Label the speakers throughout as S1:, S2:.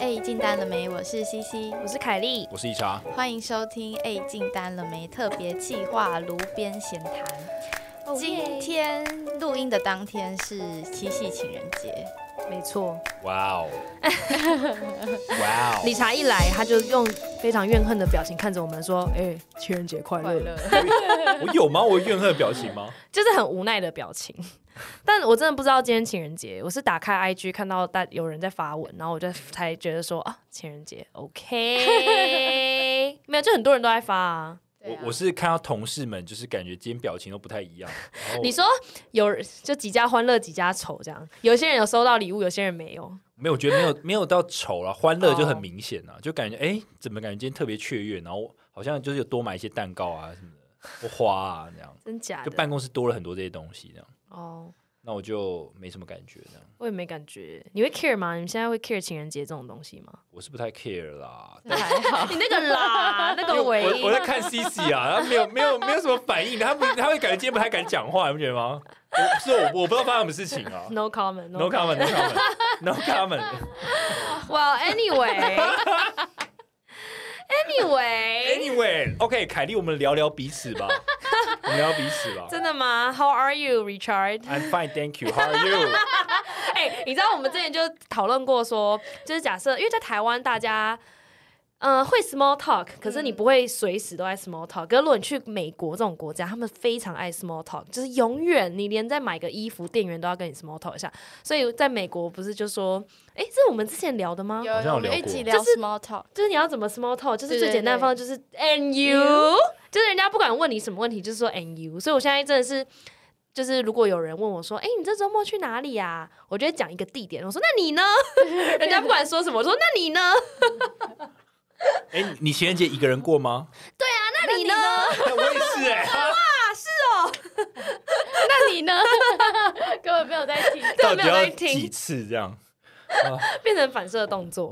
S1: 哎，进单了没？我是西西，
S2: 我是凯莉，
S3: 我是一茶。
S1: 欢迎收听《哎，进单了没》特别计划炉边闲谈。今天录音的当天是七夕情人节，
S2: 没错，
S3: 哇哦，哇哦，
S2: 理查一来，他就用非常怨恨的表情看着我们说：“哎、情人节快乐。”
S3: 我有吗？我有怨恨的表情吗？
S2: 就是很无奈的表情。 但我真的不知道今天情人节，我是打开 IG 看到大有人在发文，然后我就才觉得说啊，情人节 OK，没有，就很多人都在发啊。
S1: 对啊
S3: 我我是看到同事们，就是感觉今天表情都不太一样。然后
S2: 你说有就几家欢乐几家愁这样，有些人有收到礼物，有些人没有。
S3: 没有？我觉得没有没有到丑了，欢乐就很
S2: 哦
S3: 明显啊，就感觉哎，怎么感觉今天特别雀跃？然后好像就是有多买一些蛋糕啊什么的，或花啊这样。
S2: 真假
S3: 就
S2: 的？
S3: 办公室多了很多这些东西，这样，
S2: 哦，
S3: 那我就没什么感觉，这样，
S2: 我也没感觉。你会 care 吗？你们现在会 care 情人节这种东西吗？
S3: 我是不太 care 啦。
S2: 啊
S1: 这还好。
S2: 你那个啦，那个
S3: 我
S2: 喂，
S3: 我在看 C C 啊，他没有没有没有什么反应，他不他会感觉今天不太敢讲话，你不觉得吗？我是我我不知道发生什么事情啊。
S2: no comment
S3: No comment, no comment, no comment.
S2: Well, anyway, anyway，
S3: Anyway, OK，凯莉，我们聊聊彼此吧，我们聊聊彼此吧。
S2: 真的吗？How are you, Richard？
S3: I'm fine, thank you. How are you?
S2: 哎、你知道我们之前就讨论过说，就是假设因为在台湾大家。嗯、会 small talk，可是你不会随时都在 small talk、可是如果你去美国这种国家，他们非常爱 small talk，就是永远你连在买个衣服，店员都要跟你 small talk 一下。所以在美国不是就说，哎、这是我们之前聊的吗？
S1: 有
S3: 好像有
S1: 我们
S3: 聊
S1: 一起
S3: 过
S1: 聊
S2: 就是
S1: small talk，
S2: 就是你要怎么 small talk，就是
S1: 对
S2: 最
S1: 对
S2: 简单的
S1: 对
S2: 方法就是 and you，就是人家不管问你什么问题，就是说 and you。所以我现在真的是，就是如果有人问我说，哎、你这周末去哪里呀、我就会讲一个地点，我说那你 呢？人家不管说什么，我说那你呢？
S3: 哎、你情人节一个人过吗？
S2: 那你呢？
S3: 我也是 哎、
S1: 那你呢？ 根本没有在 听。
S3: 到
S2: 没
S3: 底
S2: 有
S3: 要
S2: 在听
S3: 几次这样？
S2: 变成反射动作。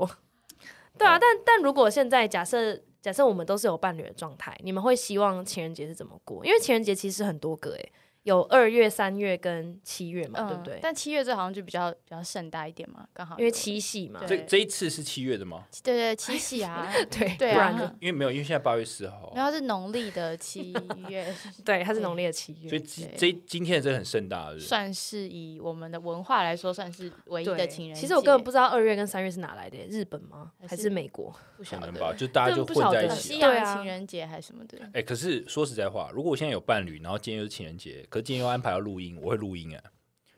S2: 对啊，但但如果现在假设假设我们都是有伴侣的状态，你们会希望情人节是怎么过？因为情人节其实很多个诶、欸有二月、三月跟七月嘛，对
S3: 嗯
S2: 不对？
S1: 嗯但七月这好像就比较比较盛大一点嘛，刚好
S2: 因为
S1: 有
S2: 七夕嘛，
S1: 对
S3: 这这一次是七月的吗？
S1: 对对七夕 啊，
S2: 对
S1: 对
S2: 不然呢
S1: 啊，
S3: 因为没有，因为现在八月四号
S1: 然，后是农历的七 月，
S2: 对，它是农历的七
S3: 所
S2: 月。
S3: 以今这今天的这个很盛大，对不对
S1: 算是以我们的文化来说，算是唯一的情人节。
S2: 其实我根本不知道二月跟三月是哪来的，日本吗？还是美国？
S1: 不
S3: 可
S1: 晓
S3: 能
S1: 得
S3: 吧，就大家就
S2: 根本不晓得
S3: 混在一
S1: 呃
S3: 起
S1: 西
S3: 啊。
S2: 对啊
S1: 洋情人节还是什么的，
S3: 哎、可是说实在话，如果我现在有伴侣，然后今天又是情人节，可是今天又安排要录音，我会录音哎、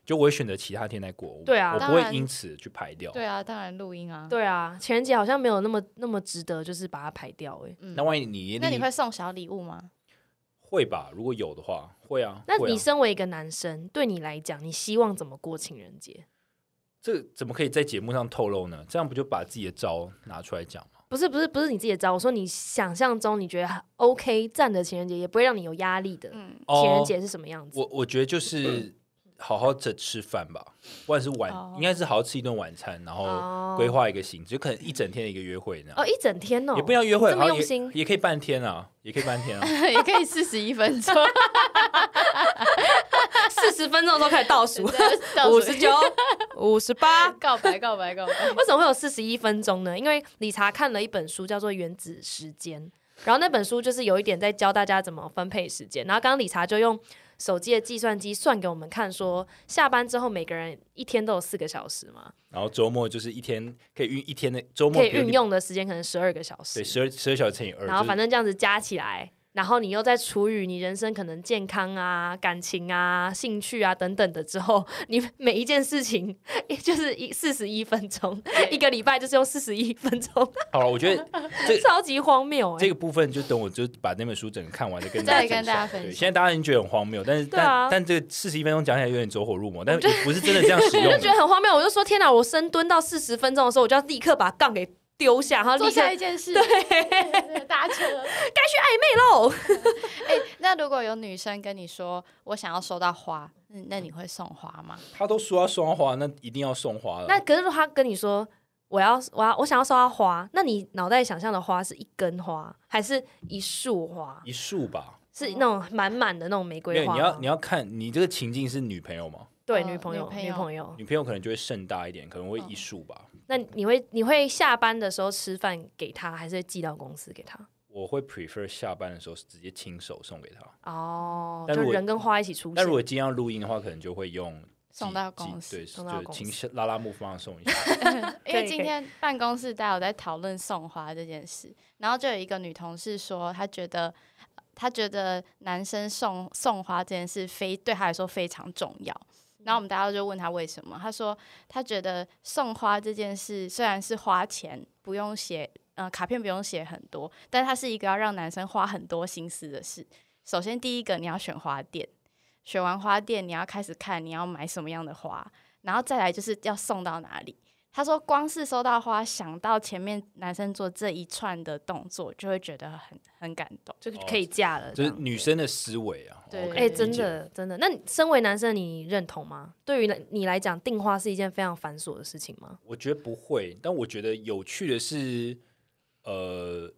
S3: 就我会选择其他天来过。我
S2: 对啊
S3: 我不
S1: 当
S3: 会
S1: 然
S3: 因此去排掉。
S1: 对啊，当然录音啊。
S2: 对啊，情人节好像没有那么那么值得，就是把它排掉哎、
S1: 嗯
S3: 那万一你
S1: 那你会送小礼物吗？
S3: 会吧？如果有的话，会啊。
S2: 那
S3: 会
S2: 你
S3: 啊、
S2: 身为一个男生，对你来讲，你希望怎么过情人节？
S3: 这怎么可以在节目上透露呢？这样不就把自己的招拿出来讲吗？
S2: 不是不是不是你自己的招，我说你想象中你觉得很 OK 站的情人节，也不会让你有压力的、
S1: 嗯，
S2: 情人节是什么样子？
S3: 哦我我觉得就是好好的吃饭吧，不管是晚，
S1: 哦
S3: 应该是好好吃一顿晚餐，然后
S2: 哦
S3: 规划一个行程，就可能一整天的一个约会那样。
S2: 哦，一整天哦，
S3: 也不要约会，
S2: 这么
S3: 好像
S2: 用心
S3: 也也可以半天啊，也可以半天啊。
S1: 也可以四十一分 钟，
S2: 四十分钟的时候开始倒数，
S1: 倒数
S2: 五十 九、五十八，
S1: 告白，告白，告白。
S2: 为什么会有四十一分钟呢？因为理查看了一本书，叫做《原子时间》，然后那本书就是有一点在教大家怎么分配时间。然后刚刚理查就用手机的计算机算给我们看说，下班之后每个人一天都有四个小时嘛，
S3: 然后周末就是一天可以运一天的周末
S2: 可以
S3: 比如
S2: 运
S3: 你
S2: 用的时间可能十二个小时
S3: 对，十二十二小时乘以二，
S2: 然后反
S3: 正
S2: 正这样子加起来。然后你又再除以你人生可能健康啊、感情啊、兴趣啊等等的之后， 你每一件事情就是一四十一分钟，一个礼拜就是用四十一分钟，
S3: 好了。我觉得这
S2: 超级荒谬、欸。
S3: 这个部分就等我就把那本书整个看完再 跟
S1: 再
S3: 大家
S1: 跟大家分
S3: 对，
S1: 享
S3: 现在大家已经觉得很荒谬，但是、
S2: 对啊
S3: 但但这四十一分钟讲起来有点走火入魔，但也不是真的这样使用
S2: 我就觉
S3: 的。
S2: 得很荒谬，我就说天哪！我深蹲到四十分钟的时候，我就要立刻把杠给丢下，然后立
S1: 做
S2: 刻
S1: 下一件事，对，搭 车。
S2: 喽。
S1: 哎，那如果有女生跟你说我想要收到花，嗯那你会送花吗？
S3: 他都说要送花，那一定要送花了。
S2: 那可是如果他跟你说我要我要我想要收到花，那你脑袋想象的花是一根花，还是一束花？
S3: 一束吧，
S2: 是那
S1: 哦
S2: 种满满的那种玫
S3: 没
S2: 瑰
S3: 有
S2: 花啊
S3: 你
S2: 吗？
S3: 要你要看你这个情境是女朋友吗？
S2: 对
S1: 呃
S2: 女朋友
S1: 女朋友
S2: 女朋友
S3: 女朋友可能就会盛大一点，可能会一束吧。
S2: 那你会你会下班的时候吃饭给他，还是会寄到公司给他？
S3: 我会 prefer 下班的时候是直接亲手送给他。
S2: 哦，
S3: 但
S2: 就
S3: 如果
S2: 人跟花一起出
S3: 但
S2: 现
S3: 如。果今天要录音的话，可能就会用寄
S1: 送到
S3: 寄
S1: 公司
S3: 对，
S2: 送到
S3: 就
S2: 公
S3: 请
S2: 司
S3: 拉拉木帮我送一下。
S1: 因为
S2: 可以
S1: 今
S2: 可以
S1: 天办公室大家有在讨论送花这件事，然后就有一个女同事说，她觉得她觉得男生送送花这件事非对她来说非常重要。
S2: 嗯
S1: 然后我们大家就问她为什么，她说她觉得送花这件事虽然是花钱，不用写呃卡片不用写很多，但它是一个要让男生花很多心思的事。首先第一个你要选花店，选完花店你要开始看你要买什么样的花，然后再来就是要送到哪里。他说，光是收到花，想到前面男生做这一串的动作，就会觉得很很感动。
S2: 就可以嫁了，
S3: 哦就是
S2: 这样
S3: 女生的思维啊，
S1: 对
S3: 我可以
S2: 哎、
S3: 理解
S2: 真，的真的。那你身为男生，你认同吗？对于你来讲，订花是一件非常繁琐的事情吗？
S3: 我觉得不会，但我觉得有趣的是，呃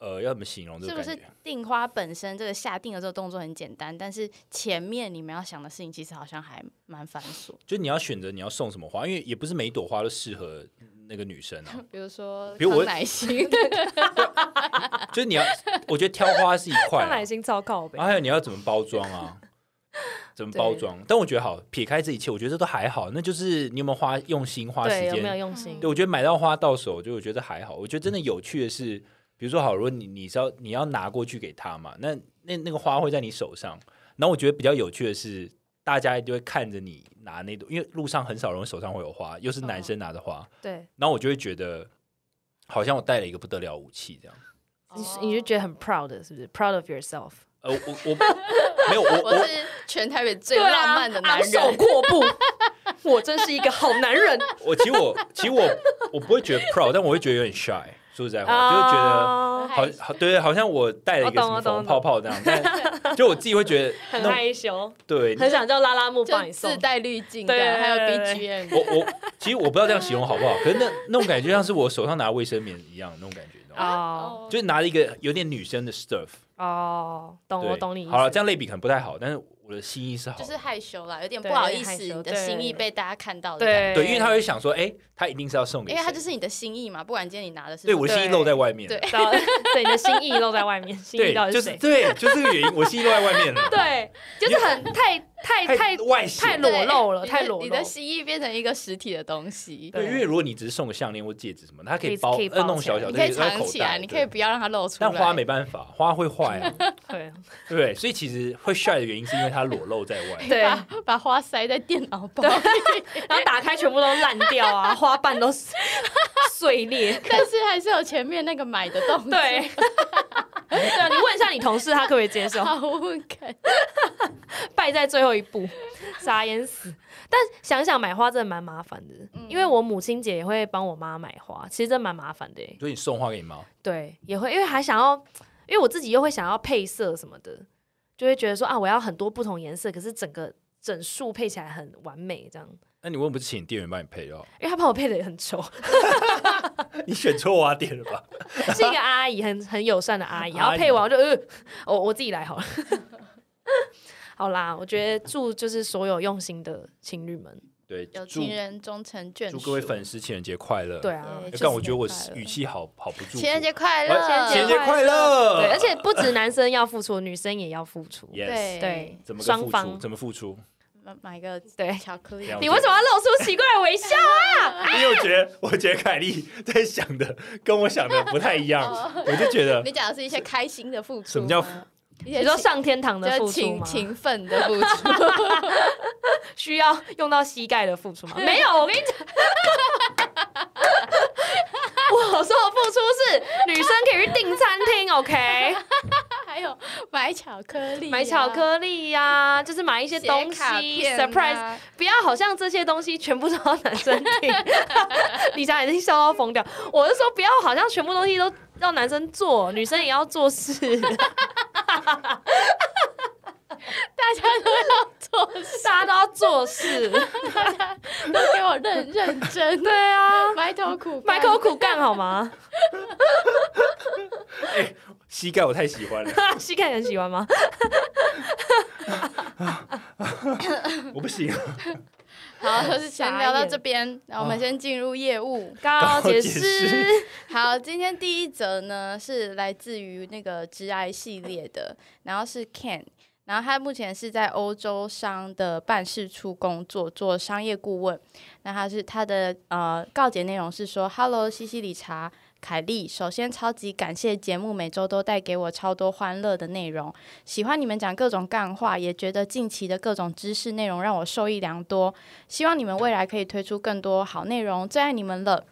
S3: 呃，要怎么形容这
S1: 是
S3: 个
S1: 不
S3: 感
S1: 是
S3: 觉？啊
S1: 订花本身这个下定的这个动作很简单，但是前面你们要想的事情其实好像还蛮繁琐。
S3: 就你要选择你要送什么花，因为也不是每一朵花都适合那个女生 啊。
S1: 比如说
S3: 比如我
S1: 康乃 馨，
S3: 就是你要，我觉得挑花是一块
S2: 康
S3: 啊、
S2: 乃馨超靠北
S3: 然后还有你要怎么包装啊？怎么包装？但我觉得好，撇开这一切，我觉得这都还好。那就是你有没有花用心花时
S2: 对，有
S3: 间
S2: 没有用心？
S3: 对，我觉得买到花到手，就我觉得还好。我觉得真的有趣的是，比如说好，如果你你是要你要拿过去给他嘛，那那那个花会在你手上。然后我觉得比较有趣的是，大家就会看着你拿那朵，因为路上很少人手上会有花，又是男
S1: 嗯
S3: 生拿的花，
S2: 对，
S3: 然后我就会觉得好像我带了一个不得了的武器这样。
S2: 你是你就觉得很 proud，是不是？proud of yourself，
S3: 呃，我我没有我
S1: 哦我
S3: 我
S1: 是全台北最浪漫的男
S2: 啊昂首
S1: 人。
S2: 阔 步，我真是一个好男人
S3: 我其实我其实我我不会觉得 proud，但我会觉得有点 shy。说实在话，就是觉得。
S2: 哦
S3: 好好对，好像我带了一个
S2: 我
S3: 什
S2: 懂
S3: 么
S2: 我懂
S3: 粉红泡泡这样， 但就我自己会觉得
S2: 很
S3: 那
S2: 害羞，
S3: 对，
S2: 很想叫拉拉木帮你
S1: 就
S2: 送
S1: 自。带滤镜的，
S2: 对对对
S1: 还有
S2: 对
S1: BGM，
S3: 我我其实我不知道这样形容好不好，可是那那种感觉像是我手上拿卫生棉一样那种感觉，你知道吗
S2: 哦
S3: 就是拿了一个有点女生的 stuff。
S2: 哦，懂
S3: 对，
S2: 我懂你意思。
S3: 好了，这样类比可能不太好，但是我的心意是好
S1: 就
S3: 的，
S1: 是害羞啦，有点不
S2: 对
S1: 好
S2: 有
S1: 意
S2: 点害
S1: 思，
S2: 羞
S1: 你的心意
S2: 对
S1: 被大家看到的感觉，
S2: 对，
S3: 对，因 为他会想说，哎，他一定是要送给谁，
S1: 因为它就是你的心意嘛，不管今天你拿的是
S3: 对
S1: 什么
S3: 我的心意
S2: 对
S3: 露在外面了，
S1: 对
S2: 然后对你的心意露在外面，心意
S3: 对
S2: 到底
S3: 就是是
S2: 谁？
S3: 对，就是这个原因，我心意露在外面了，
S2: 对，就是很太太太
S3: 外显
S2: 太
S3: 了
S2: 裸露了
S1: 对
S2: 太
S1: 你的
S2: 裸露
S1: 你的心意变成一个实体的东西，
S3: 对，
S2: 对
S3: 因为如果你只是送个项链或戒指什么，它可
S2: 可
S3: 以
S2: 以
S3: 包，
S2: 可以
S3: 呃那种
S2: 包起来
S3: 小小
S1: 你
S3: 的，
S1: 可以
S3: 在
S1: 藏
S3: 口
S1: 起
S3: 袋
S1: 来，你可以
S3: 对
S1: 不要让它露出来。
S3: 但花没办法，花会 坏啊，
S2: 对
S3: 对不对？所以其实会帅的原因是因为它裸露在外。
S2: 对，
S1: 把把花塞在电 脑包，
S2: 然后打开全部都烂掉 啊，花瓣都碎裂。
S1: 但是还是有前面那个买的动作。
S2: 对，对啊，你问一下你同事，他可不可以接受？
S1: 好问看，
S2: 败在最后一步，傻眼死。但想想买花真的蛮麻烦的，因为我母亲节也会帮我妈买花，其实真蛮麻烦的耶。
S3: 所以你送花给你妈，
S2: 对，也会因为还想要，因为我自己又会想要配色什么的，就会觉得说啊，我要很多不同颜色，可是整个整束配起来很完美这样。
S3: 那你为什么不是请店员帮你配哦？
S2: 因为他帮我配的也很丑，
S3: 你选错花店了吧？
S2: 是一个阿姨，很很友善的阿姨，然
S3: 阿
S2: 后
S3: 姨
S2: 配完我就呃，我我自己来好了。 好啦，我觉得祝就是所有用心的情侣们，
S3: 对，
S1: 有
S3: 祝
S1: 情人终成眷属。
S3: 祝各位粉丝情人节快乐。
S2: 对啊
S1: 耶，
S3: 哎，
S1: 就
S3: 但
S1: 是
S3: 我觉得我
S1: 快乐
S3: 语气好好不住。
S1: 情人节快乐，
S3: 啊情人节
S2: 快
S3: 快乐。
S2: 对，而且不止男生要付出，女生也要付出。
S3: yes，
S2: 对哎
S3: 怎么个
S2: 双
S3: 付出？
S2: 方
S3: 怎么付 出？
S1: 买买个
S2: 对
S1: 巧克力
S3: 了，解
S2: 你为什么要露出奇怪的微笑？
S3: 因为我觉得，我觉得凯莉在想的跟我想的不太一样，
S1: 哦
S3: 我就觉得
S1: 你讲的是一些开心的付出吗，
S3: 什么叫
S1: 你
S2: 你说上天堂的
S1: 就
S2: 付
S1: 是
S2: 出
S1: 勤
S2: 吗？
S1: 勤奋的付出，
S2: 需要用到膝盖的付出吗？ 没有，我跟你讲，我说的付出是女生可以去订餐厅，OK，
S1: 还有买巧克力啊，
S2: 买巧克力呀、就是买一些
S1: 写
S2: 东西、
S1: 卡片
S2: s u r p r i s e
S1: 啊
S2: 不要好像这些东西全部都要男生 订，李翔已经笑到疯掉。我是说，不要好像全部东西都让男生做，女生也要做事。
S1: 大家都要做事，
S2: 大家都要做事，
S1: 大家 都给我认认真，
S2: 对啊，
S1: 埋头苦
S2: 埋
S1: 干
S2: 头苦干好吗？
S3: 膝盖我太喜欢了，
S2: 膝盖很喜欢吗？
S3: 我不行了。啊
S1: 好，就是先聊到
S2: 傻眼嗯
S1: 这边，那我们先进入业务。
S2: 高
S3: 高
S2: 解
S3: 解
S2: 释，
S1: 好，今天第一则呢是来自于那个致癌系列的，然后是 Ken，然后他目前是在欧洲商的办事处工作，做商业顾问。那他是他的呃告解内容是说：“Hello，西西里茶。”凯莉，首先超级感谢节目每周都带给我超多欢乐的内容，喜欢你们讲各种干话，也觉得近期的各种知识内容让我受益良多。希望你们未来可以推出更多好内容，最爱你们了。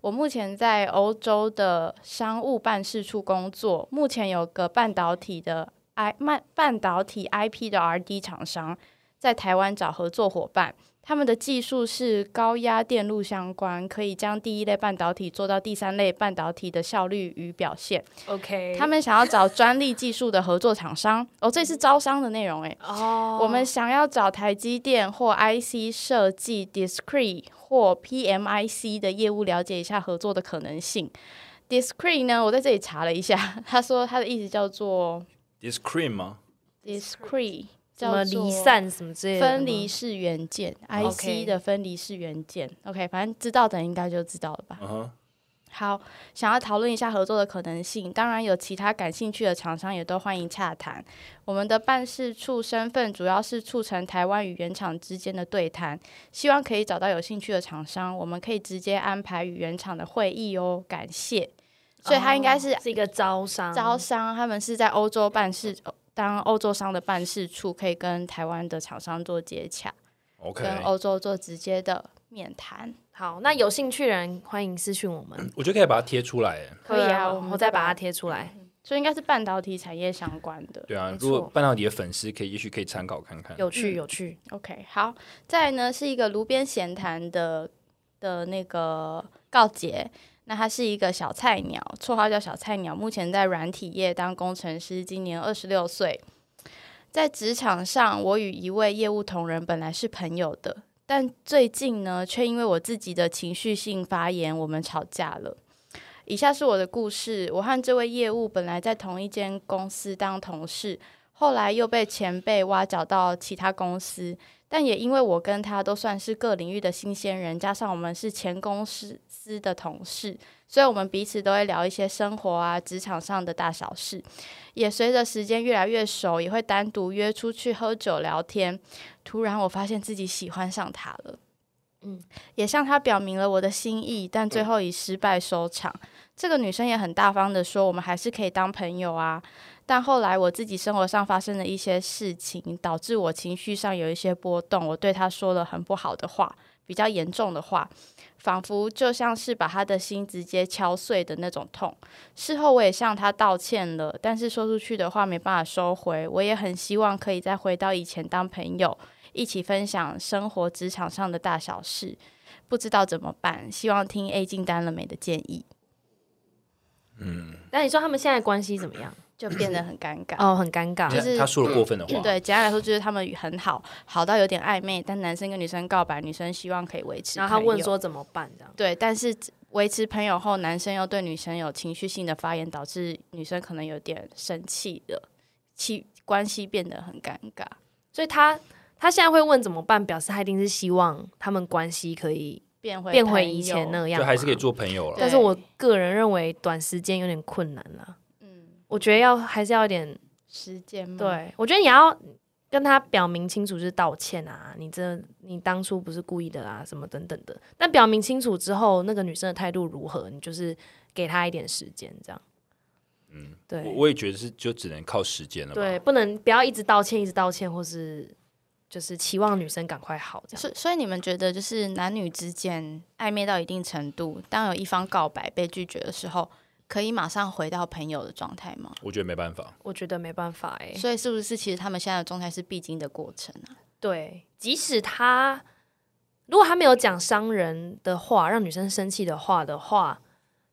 S1: 我目前在欧洲的商务办事处工作，目前有个半导体的 I 半半导体 IP 的 RD 厂商，在台湾找合作伙伴。他们的技术是高压电路相关，可以将第一类半导体做到第三类半导体的效率与表现。
S2: OK，
S1: 他们想要找专利技术的合作厂商，哦，这是招商的内容欸诶。
S2: 哦，
S1: 我们想要找台积电或 IC 设计 Discrete 或 PMIC 的业务了解一下合作的可能性。Discrete 呢，我在这里查了一下， 他说他的意思叫做
S3: Discream 吗？
S1: Discrete，
S2: 什
S1: 叫
S2: 么
S1: 做
S2: 离散什么之类的吗，
S1: 分离式元件
S2: OK
S1: IC 的分离式元件。OK，反正知道的人应该就知道了吧。
S3: 嗯哼，
S1: 好，想要讨论一下合作的可能性，当然有其他感兴趣的厂商也都欢迎洽谈。我们的办事处身份主要是促成台湾与原厂之间的对谈，希望可以找到有兴趣的厂商，我们可以直接安排与原厂的会议哦。感谢。所以他应该是
S2: 哦是一个招商，
S1: 招商，他们是在欧洲办事，当欧洲商的办事处可以跟台湾的厂商做接洽，
S3: OK，
S1: 跟欧洲做直接的面谈。
S2: 好，那有兴趣的人欢迎私讯我们，
S3: 我觉得可以把它贴出来。哎
S1: 可以啊
S2: 对
S1: 我们
S2: 我再
S1: 再
S2: 把
S1: 把
S2: 它贴出来。
S1: 所以应该是半导体产业相关的。
S3: 对啊
S2: 没，错
S3: 如果半导体的粉丝可以，也许可以参考看看。
S2: 有趣有趣，
S1: OK，好，再来呢是一个炉边闲谈的的那个告解。那他是一个小菜鸟，绰号叫小菜鸟，目前在软体业当工程师，今年二十六岁。在职场上，我与一位业务同仁本来是朋友的，但最近呢，却因为我自己的情绪性发言，我们吵架了。以下是我的故事：我和这位业务本来在同一间公司当同事，后来又被前辈挖角到其他公司，但也因为我跟他都算是各领域的新鲜人，加上我们是前公司司的同事，所以我们彼此都会聊一些生活啊、职场上的大小事。也随着时间越来越熟，也会单独约出去喝酒聊天。突然，我发现自己喜欢上他了。
S2: 嗯
S1: 嗯，也向他表明了我的心意，但最后以失败收场。这个女生也很大方的说，我们还是可以当朋友啊。但后来我自己生活上发生了一些事情，导致我情绪上有一些波动。我对他说了很不好的话，比较严重的话，仿佛就像是把他的心直接敲碎的那种痛。事后我也向他道歉了，但是说出去的话没办法收回。我也很希望可以再回到以前当朋友，一起分享生活、职场上的大小事。不知道怎么办，希望听 A 进单了没的建议，
S2: 那你说他们现在关系怎么样？
S1: 就变得很尴尬。
S2: 哦，很尴尬
S1: 就。是
S3: 他说了过分的
S2: 嗯
S3: 话，
S1: 对，简单来说就是他们很好，好到有点暧昧，但男生跟女生告白，女生希望可以维持。
S2: 然后他问，说怎么办？这样
S1: 对，但是维持朋友后，男生又对女生有情绪性的发言，导致女生可能有点生气了，气关系变得很尴尬。
S2: 所以他他现在会问怎么办，表示他一定是希望他们关系可以
S1: 变回
S2: 变
S1: 变
S2: 回以前，那样，
S3: 就还是可以。做朋友了。
S2: 但是我个人认为短时间有点困难啦，
S1: 嗯，
S2: 我觉得要还是要一点，
S1: 时
S3: 嗯
S1: 间嘛，，
S2: 对我觉得你要跟他表明清楚，就是道歉啊，你这你当初不是故意的啊，什么等等的。但表明清楚之后，那个女生的态度如何，你就是给她一点时间，这样。嗯，对，
S3: 我我也觉得是，就只能靠时间了吧。
S2: 对，，不能不要一直道歉，一直道歉，或是就是期望女生赶快好这样。
S1: 所以所以你们觉得就是男女之间暧昧到一定程度，当有一方告白被拒绝的时候，可以马上回到朋友的状态吗？
S3: 我觉得没办法。
S2: 我觉得没办法哎、
S1: 所以是不是其实他们现在的状态是必经的过程啊？
S2: 对，即使他如果他没有讲伤人的话，让女生生气的话的话，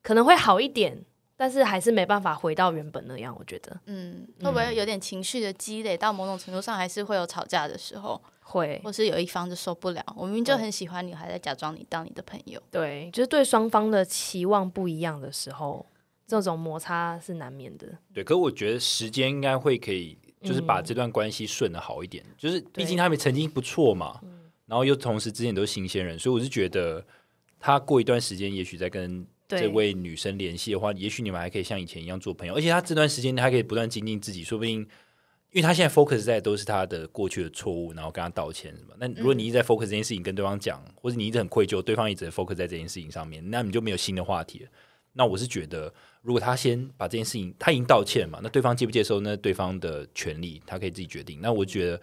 S2: 可能会好一点，但是还是没办法回到原本那样。我觉得
S1: 嗯，会不会有点情绪的积累，到某种程度上还是会有吵架的时候，
S2: 会
S1: 或是有一方就受不了。我明明就很喜欢你，还在假装你当你的朋友。
S2: 对，就是对双方的期望不一样的时候，这种摩擦是难免的。
S3: 对，可是我觉得时间应该会可以，就是把这段关系顺的好一点。就是毕竟他们曾经不错嘛，然后又同时之前都是新鲜人，所以我是觉得他过一段时间，也许再跟
S1: 对
S3: 这位女生联系的话，也许你们还可以像以前一样做朋友，而且他这段时间他可以不断精进自己，说不定因为他现在 focus 在都是他的过去的错误，然后跟他道歉什么。那如果你一直在 focus 这件事情跟对方讲，或者你一直很愧疚，对方一直 focus 在这件事情上面，那你就没有新的话题了。那我是觉得，如果他先把这件事情，他已经道歉嘛，那对方接不接受，那对方的权利，他可以自己决定。那我觉得，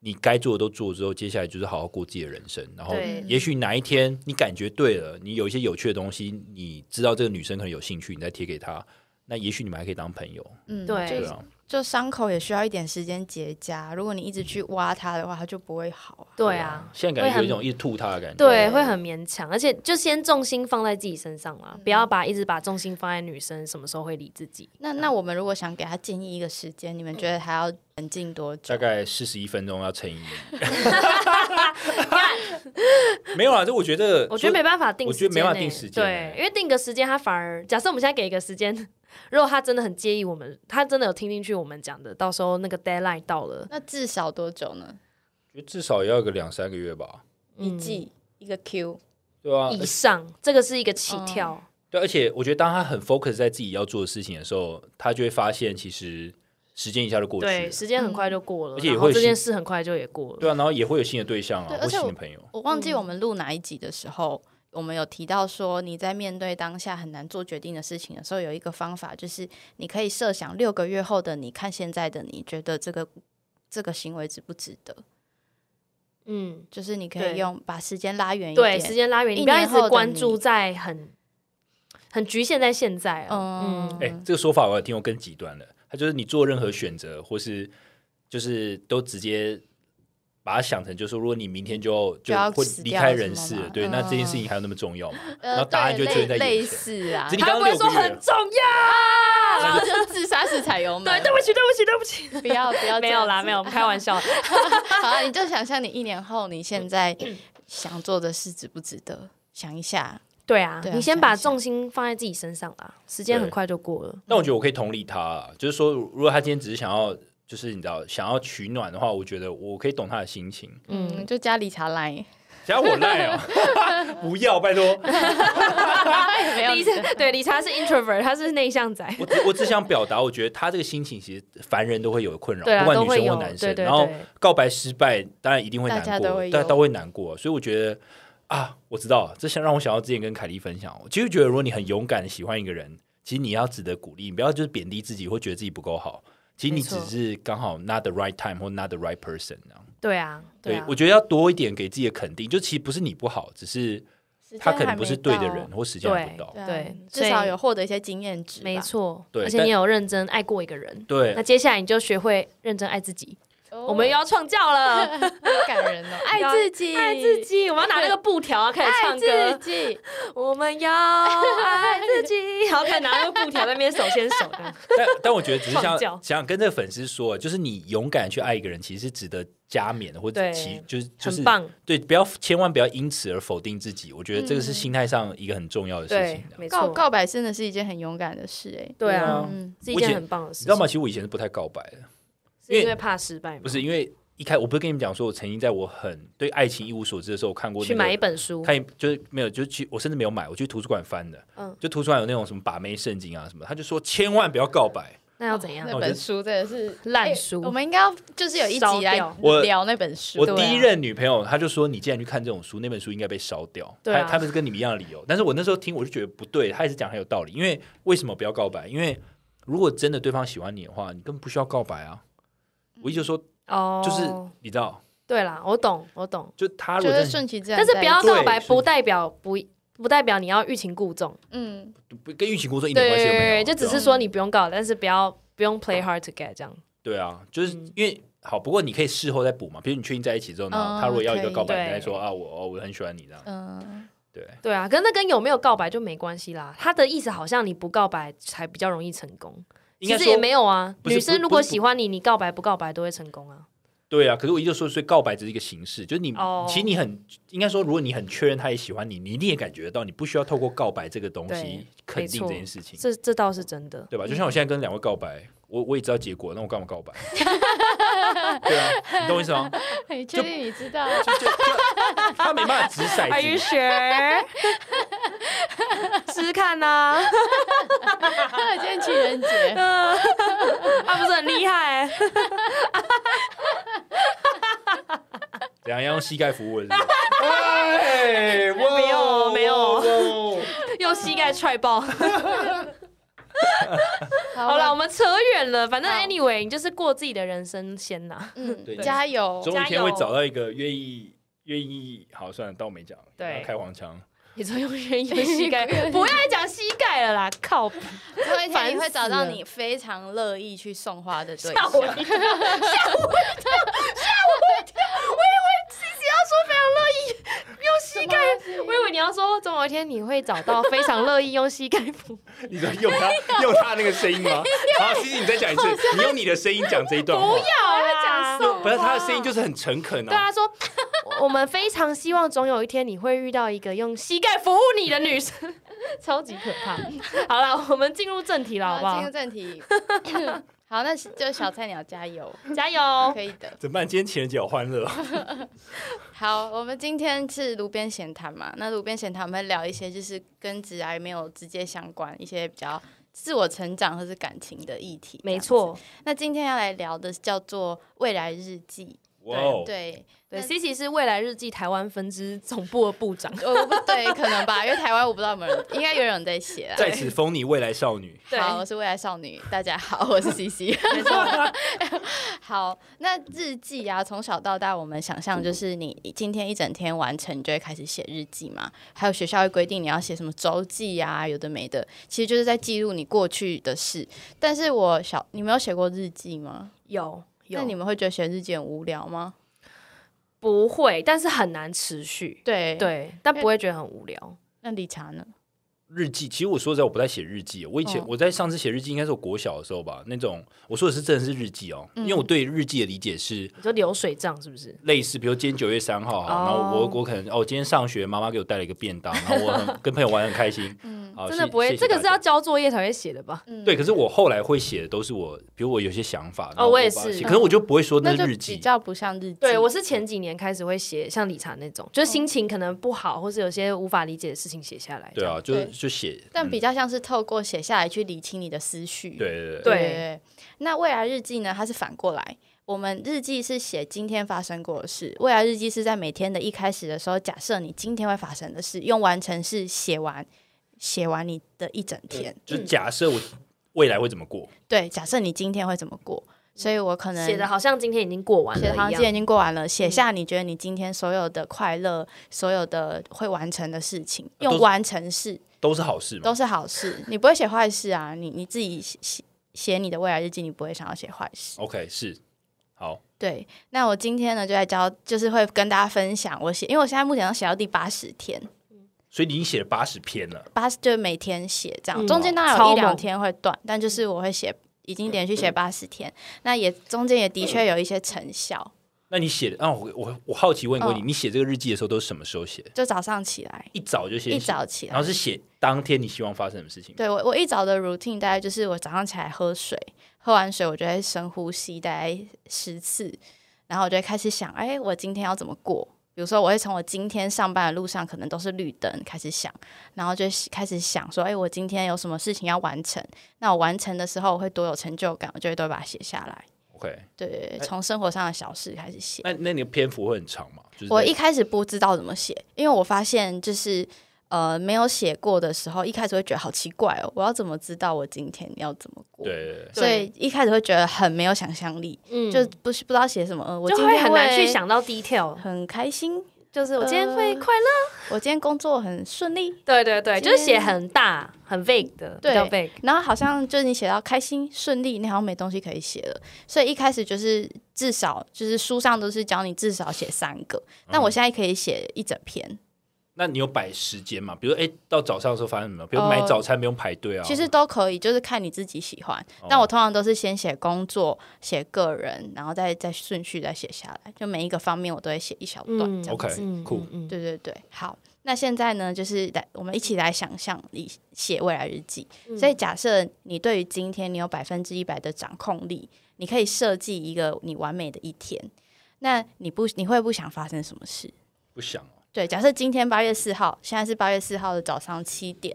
S3: 你该做的都做之后，接下来就是好好过自己的人生。然后，
S1: 对
S3: 也许哪一天你感觉对了，你有一些有趣的东西，你知道这个女生可能有兴趣，你再贴给她，那也许你们还可以当朋友，
S1: 嗯，
S2: 对
S1: 就
S3: 对
S1: 是
S3: 啊。
S1: 就伤口也需要一点时间结痂，如果你一直去挖它的话，它就不会好啊。
S2: 对啊，
S3: 现在感觉有一
S2: 会
S3: 种一直吐她的感觉。
S2: 对，会很勉强，而且就先重心放在自己身上啦，不要把一直把重心放在女生什么时候会理自己。
S1: 那那我们如果想给它建议一个时间，你们觉得还要冷静多久
S3: 大？概四十一分钟要乘 以一，
S2: 看
S3: 没有啊，这我觉得，
S2: 我觉得没办法定
S3: 我
S2: 时间欸，
S3: 觉得没办法定时间欸
S2: 对，因为定个时间，他反而假设我们现在给一个时间，如果他真的很介意我们，他真的有听进去我们讲的，到时候那个 deadline 到了，
S1: 那至少多久呢？
S3: 觉得至少也要有个两三个月吧，
S1: 一季一个 Q，
S3: 对啊，
S2: 以上，这个是一个起
S1: 嗯
S2: 跳，
S3: 对，而且我觉得当他很 focus 在自己要做的事情的时候，他就会发现其实时间一下就过去
S2: 对，
S3: 了，
S2: 时间很
S1: 嗯
S2: 快就过了，
S3: 而且也
S2: 然后
S3: 会
S2: 这件
S3: 是
S2: 事很快就也过了。
S3: 对啊，然后也会有新的对象
S1: 对
S3: 啊，
S1: 而
S3: 或
S1: 且
S3: 新
S1: 我
S3: 的朋友，
S1: 我忘记我们录哪一集的时候，我们有提到说，你在面对当下很难做决定的事情的时候，有一个方法就是，你可以设想六个月后的你看现在的你，觉得这个这个行为值不值得？
S2: 嗯，
S1: 就是你可
S2: 对
S1: 以用把时间拉远一
S2: 对，时
S1: 点。
S2: 间拉远，
S1: 一
S2: 你不要一
S1: 年
S2: 直
S1: 后的
S2: 关
S1: 你
S2: 注在很很局限在现在啊。
S1: 嗯
S2: 嗯，
S3: 哎、这个说法我有听过更极端的，他就是你做任何选择，或是就是都直接把它想成，就是说如果你明天就
S1: 就
S3: 就
S1: 要
S3: 会
S1: 死
S3: 离
S1: 掉
S3: 开
S1: 了
S3: 人
S1: 什么
S3: 世了
S1: 嘛，
S3: 对，那这件事
S1: 嗯
S3: 情还有那么重要吗？
S1: 呃
S3: 然后答案就
S1: 对
S3: 出现在
S1: 类
S3: 眼
S1: 类
S3: 前
S1: 似啊
S3: 只，你
S2: 他
S3: 刚
S2: 不会
S3: 刚六
S2: 说
S3: 个月
S2: 很重
S3: 啊
S2: 要，
S1: 然后就自杀是才有
S2: 对，
S1: 买。
S2: 对不起，对不起，对不起。
S1: 不要不要这样子，
S2: 没有啦，没有，我们开玩 笑。
S1: 好啊，你就想象你一年后你现在
S3: 嗯
S1: 想做的事值不值得？想一下，
S2: 对啊，
S1: 对啊
S2: 你先
S1: 想
S2: 把
S1: 一想
S2: 重心放在自己身上啦，时间很
S3: 对
S2: 快就过了。
S3: 那我觉得我可以同理他啊，就是说，如果他今天只是想要，就是你知道想要取暖的话，我觉得我可以懂他的心情。
S2: 嗯
S1: 嗯，就加理查来，
S3: 只要我赖啊， 不要，拜托，
S1: 没有
S2: 理 查对理查是 introvert，他是内向仔。
S3: 我只我只想表达，我觉得他这个心情其实凡人都会有困扰，
S2: 对啊
S3: 不管
S2: 都
S3: 女
S2: 会
S3: 生
S2: 有
S3: 或男生。
S2: 对对
S3: 然后
S2: 对
S3: 告白失败，当然一定会难
S1: 大家
S3: 过，
S1: 都会有
S3: 大家都会难过。所以我觉得啊，我知道了，这想让我想到之前跟凯莉分享，我其实觉得如果你很勇敢地喜欢一个人，其实你要值得鼓励，你不要就是贬低自己或觉得自己不够好。其实你
S2: 没
S3: 只
S2: 错
S3: 是刚好 not the right time 或 not the right person 这样。
S2: 对啊，
S3: 对
S2: 啊，，
S3: 我觉得要多一点给自己的肯定，就其实不是你不好，只是他可能不是对的人，，或时间还不到。
S1: 对啊
S2: 对所
S1: 至
S2: 以
S1: 少有获得一些经验值吧，
S2: 没错。
S3: 对
S2: 而且
S3: 但
S2: 你有认真爱过一个人，
S3: 对
S2: 那接下来你就学会认真爱自己。
S1: 哦。
S2: 我们又要创造了，
S1: 好感人 哦，爱自己，
S2: 爱自，己，我们要拿那个布条开始
S1: 爱
S2: 唱歌。
S1: 自己，
S2: 我们要爱自 己，然后看拿那个布条在那边手牵手的。
S3: 但但我觉得只 是
S2: 创
S3: 想
S2: 教
S3: 想跟这个粉丝说，就是你勇敢去爱一个人，其实是值得加冕的，或
S2: 对
S3: 者其就是 就是
S2: 很棒，
S3: 对，不要千万不要因此而否定自己。我觉得这个是心态上一个很重要的事
S2: 嗯对
S3: 情。这，样
S2: 没
S1: 告
S2: 错，
S1: 告白真的是一件很勇敢的事，哎，
S2: 对
S3: 对
S2: 啊
S3: 啊，
S1: 嗯，
S2: 是一
S3: 我以
S2: 件
S3: 前
S2: 很棒的
S3: 你
S2: 事
S3: 知道
S2: 情
S3: 吗？。其实我以前是不太告白的，
S2: 是
S3: 因
S2: 因
S3: 为
S2: 为怕失败吗？
S3: 不是因为一开我不是跟你们讲说，我曾经在我很对爱情一无所知的时候，我看过、那
S2: 去
S3: 个、
S2: 买一本书，
S3: 看一就是没有，就是去我甚至没有买，我去图书馆翻的，
S2: 嗯
S3: 就图书馆有那种什么把妹圣经啊什么，他就说千万不要告白。
S2: 那要怎样？
S1: 那本书真的是
S2: 烂
S1: 哎
S2: 书
S1: 我们应该要就是有一
S2: 烧
S1: 集来
S2: 掉
S3: 我
S1: 聊那本书。
S3: 我
S1: 对
S2: 啊
S3: 第一任女朋友，她就说你既然去看这种书，那本书应该被烧掉。
S2: 对啊
S3: 她她们是跟你们一样的理由，但是我那时候听我就觉得不对，她也是讲很有道理，因为为什么不要告白？因为如果真的对方喜欢你的话，你根本不需要告白啊。我意思说，
S2: 哦，
S3: 就是你知道，
S2: 对啦，我懂，我懂，
S3: 就他如
S1: 就
S3: 果
S1: 是
S3: 真的
S1: 顺其自然
S2: 但
S1: 在一
S2: 是
S1: 起，
S2: 不要告白，
S3: 对
S2: 不代表不不代表你要欲擒故纵，
S1: 嗯，
S3: 不跟欲擒故纵一
S2: 对
S3: 点关系都没有，
S2: 对，就只是
S3: 对啊
S2: 说你不用告，但是不要不用 play hard to get 这样，
S3: 对啊，就是
S2: 嗯
S3: 因为好，不过你可以事后再补嘛，比如你确定在一起之后，然后
S1: 嗯
S3: 他如果要一
S1: 可
S3: 个
S1: 以
S3: 告白，你
S2: 对
S3: 再说啊，我哦我很喜欢你这样，
S1: 嗯，
S3: 对。
S2: 对啊，可是那跟有没有告白就没关系啦。他的意思好像你不告白才比较容易成功，
S3: 应
S2: 其
S3: 该
S2: 实
S3: 说
S2: 也没有啊。
S3: 不是
S2: 女
S3: 不
S2: 生
S3: 是
S2: 如果
S3: 不是
S2: 喜欢你，你告白不告白都会成功啊。
S3: 对啊，可是我一直说，所以告白只是一个形式，就是你、
S2: 哦
S3: 其实你很应该说，如果你很确认他也喜欢你，你一定也感觉得到，你不需要透过告白这个东
S2: 对
S3: 西肯定
S2: 没错嗯
S3: 这件事情，
S2: 这这倒是真的。
S3: 对吧？就像我现在跟两位告白，我我也知道结果，那我干嘛告白？ 对啊，你懂我意思吗？
S2: 哎
S1: 你确定你知 道？
S3: 就就就他没办法 掷
S2: ？Are you
S3: 骰子，
S2: sure？试试看啊呐、
S1: 今天情人 节，
S2: 啊， 他不是很厉害、
S3: 怎样要用膝盖扶我是 不是？哎，哇
S2: 没有没有
S3: 哇
S2: 用膝盖踹爆。
S1: 好
S2: 好了，我
S1: 了，
S2: 们扯远了，反正
S1: 好
S2: anyway，你就是过自己的人生先呐。
S1: 嗯
S3: 对，
S1: 加油！
S3: 总有一天会找到一个愿意愿意，好，算了，当我没讲，
S2: 对
S3: 要开黄腔，
S2: 你说用人用膝盖， 不要再讲膝盖了啦，靠！
S1: 总有一天你
S2: 烦
S1: 会
S2: 死
S1: 找到
S2: 了
S1: 你非常乐意去送花的对
S2: 吓我一
S1: 象。
S2: 要说非常乐意用膝盖，我以为你要说总有一天你会找到非常乐意用膝盖扶。
S3: 你说用他用他那个声 音吗？好，西西，你再讲一次，你用你的声音讲这一段 话，
S2: 要啊
S1: 啦
S3: 不是他的声音就是很诚恳
S2: 对
S3: 啊。
S2: 他说，我们非常希望总有一天你会遇到一个用膝盖服务你的女生， 超级可怕。 好了，我们进入正题了，好不
S1: 进
S2: 好
S1: 入？啊正 题。好，那就小菜鸟加油，
S2: 加油！
S1: 可以的。
S3: 怎么办？今天情人节好欢乐哦，
S1: 好，我们今天是炉边闲谈嘛，那炉边闲谈我们会聊一些就是跟职癌没有直接相关，一些比较自我成长或是感情的议题。
S2: 没。错，
S1: 那今天要来聊的叫做未来日记，
S3: 哇哦，
S1: 对。那
S2: 对，C C 是未来日记台湾分支总部的部长。
S1: 我我不对，可能吧，因为台湾我不知道有没有人，应该有人在写啦。
S3: 在此封你未来少女。
S2: 对
S1: 好，我是未来少女，大家好，我是 CC。
S2: 没错，
S1: 好，那日记啊，从小到大，我们想象就是你今天一整天完成，你就会开始写日记嘛。还有学校会规定你要写什么周记啊，有的没的，其实就是在记录你过去的事。但是我小，你没有写过日记吗？
S2: 有有，
S1: 那你们会觉得写日记很无聊吗？
S2: 不会，但是很难持续。
S1: 对，
S2: 对，但不会觉得很无聊。
S1: 那理查呢？
S3: 日记，其实我说实在，我不太写日记。啊我以
S2: 哦
S3: 前、
S1: 嗯
S3: 我在上次写日记，应该是我国小的时候吧。那种我说的是真的是日记
S2: 嗯
S3: 哦，因为我对日记的理解是
S2: 你说流水账是不是？
S3: 类似，比如今天九月三号好，
S2: 哦
S3: 然后我我可能哦，今天上学，妈妈给我带了一个便当，然后我 很跟朋友玩得很开心。嗯，
S2: 真的不会，这个是要交作业才会写的吧？
S1: 嗯，哦
S3: 对。可是我后来会写的都是我，比如我有些想法，然后
S2: 我也
S3: 把它
S2: 是
S3: 写可是我就不会说
S1: 嗯那
S3: 那
S1: 就是
S3: 日
S1: 比
S3: 记。
S1: 较不像日记。
S2: 对，我是前几年开始会写像理查那种，
S1: 哦
S2: 就是心情可能不好，或是有些无法理解的事情写下来。
S3: 对啊，就
S1: 对
S3: 就写，
S1: 但比
S3: 嗯
S1: 较像是透过写下来去理清你的思绪。
S3: 对对对
S2: 对
S1: 那未来日记呢？它是反过来，我们日记是写今天发生过的事，未来日记是在每天的一开始的时候，假设你今天会发生的事，用完成式写完，写完你的一整天。
S3: 就假设我未来会怎么过，
S1: 对，假设你今天会怎么过，所以我可
S2: 这
S1: 能
S2: 样，写的好像今天已经过完
S1: 写
S2: 了
S1: 的好像
S2: 一
S1: 今天已
S2: 样。
S1: 经过完了，写下你觉得你今天所有的快乐，所有的会完成的事情，
S3: 呃都
S1: 用
S3: 是嗯
S1: 完成式
S3: 都是好事嘛
S1: 都？是好事，你不会写坏事啊，你你自己写写写你的未来日记，你不会想要写坏事。
S3: OK，是好，
S1: 对，那我今天呢就来教，就是会跟大家分享我写，因为我现在目前要写到第八十天，
S3: 所以你已经写了八十篇了，
S1: 八十就是每天写这样，
S2: 嗯
S1: 中间当然有
S2: 超
S1: 一两
S2: 猛
S1: 天会断，但就是我会写，已经连续
S3: 嗯
S1: 写八十天，那也中间也的确有一些成效，
S3: 那你写的啊，我我我好奇问一个问题，
S1: 嗯
S3: 你写这个日记的时候都是什么时候写？
S1: 就早上起来，
S3: 一早就写，
S1: 一早起
S3: 然后
S1: 来。
S3: 是写当天你希望发生什么事情。
S1: 对我，我一早的 routine 大概就是我早上起来喝水，喝完水我就会深呼吸大概十次，然后我就会开始想，哎，我今天要怎么过？比如说，我会从我今天上班的路上可能都是绿灯开始想，然后就开始想说，哎，我今天有什么事情要完成？那我完成的时候，我会多有成就感，我就会都会把它写下来。
S3: OK，
S1: 对对对，从生活上的小事开始写。
S3: 那那你的篇幅会很长吗？就是
S1: 我
S3: 在
S1: 一开始不知道怎么写，因为我发现就是呃没有写过的时候，一开始会觉得好奇怪哦，我要怎么知道我今天要怎么过？
S3: 对，对对
S1: 所以一开始会觉得很没有想象力，
S2: 嗯
S1: 就不是不知道写什么。呃、我
S2: 就
S1: 今
S2: 会
S1: 天
S2: 很难去，想到 detail。
S1: 很开心，
S2: 就是我今天会
S1: 呃
S2: 快乐，
S1: 我今天工作很顺利。
S2: 对对对，就
S1: 今
S2: 是
S1: 天
S2: 写很大很 vague 的，比
S1: 对
S2: 较 vague。
S1: 然后好像就是你写到开心顺利，你好像没东西可以写了。所以一开始就是至少就是书上都是教你至少写三个，但我现在可以写一整篇。
S3: 那你有摆时间吗？比如哎，到早上的时候发生什么？比如
S1: 哦
S3: 买早餐不用排队啊。
S1: 其实都可以，就是看你自己喜欢。但我通常都是先写工作，写个人，然后再再顺序再写下来，就每一个方面我都会写一小段
S2: 嗯
S1: 这样。
S3: OK
S2: 嗯，
S3: 酷
S2: 嗯，嗯
S1: 对对对，好。那现在呢，就是来我们一起来想象你写未来日记。所以假设你对于今天你有百分之一百的掌控力，你可以设计一个你完美的一天。那你不你会不想发生什么事？
S3: 不想哦
S1: 对，假设今天八月四号，现在是八月四号的早上七点，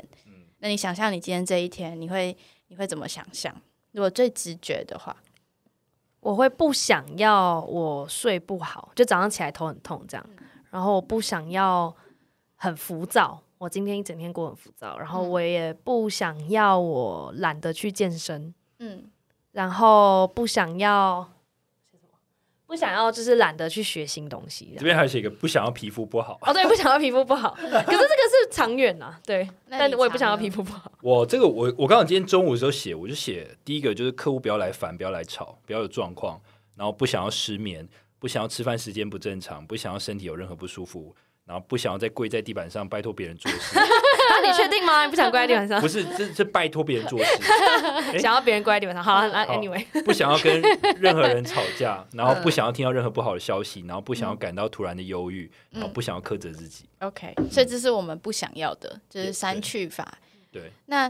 S1: 那你想象你今天这一天，你会你会怎么想象？如果最直觉的话，
S2: 我会不想要我睡不好，就早上起来头很痛这样，
S1: 嗯
S2: 然后我不想要很浮躁，我今天一整天过很浮躁，然后
S1: 嗯
S2: 我也不想要我懒得去健身，
S1: 嗯，
S2: 然后不想要不想要就是懒得去学新东西这
S3: 这
S2: 样。
S3: 边还有写一个不想要皮肤不好。
S2: 哦，对，不想要皮肤不好，可是这个是长远呐、对，
S1: 那
S2: 但
S1: 你
S2: 我也不
S1: 常
S2: 想要
S1: 呢
S2: 皮肤不好。
S3: 我这个我我刚好今天中午的时候写，我就写第一个就是客户不要来烦，不要来吵，不要有状况，然后不想要失眠，不想要吃饭时间不正常，不想要身体有任何不舒服，然后不想要再跪在地板上拜托别人做事，
S2: 啊，你确定吗？你不 想跪在地板上
S3: 不，是这这拜托别人做事， 哎
S2: 想要别人跪在地板上。好啊，来
S3: 好
S2: ，anyway，
S3: 不想要跟任何人吵架，然后不想要听到任何不好的消息，然后不想要感到突然的忧郁，然后不想要苛责自己。
S1: OK，所以这是我们不想要的，就是删去法。
S3: 对，
S1: 那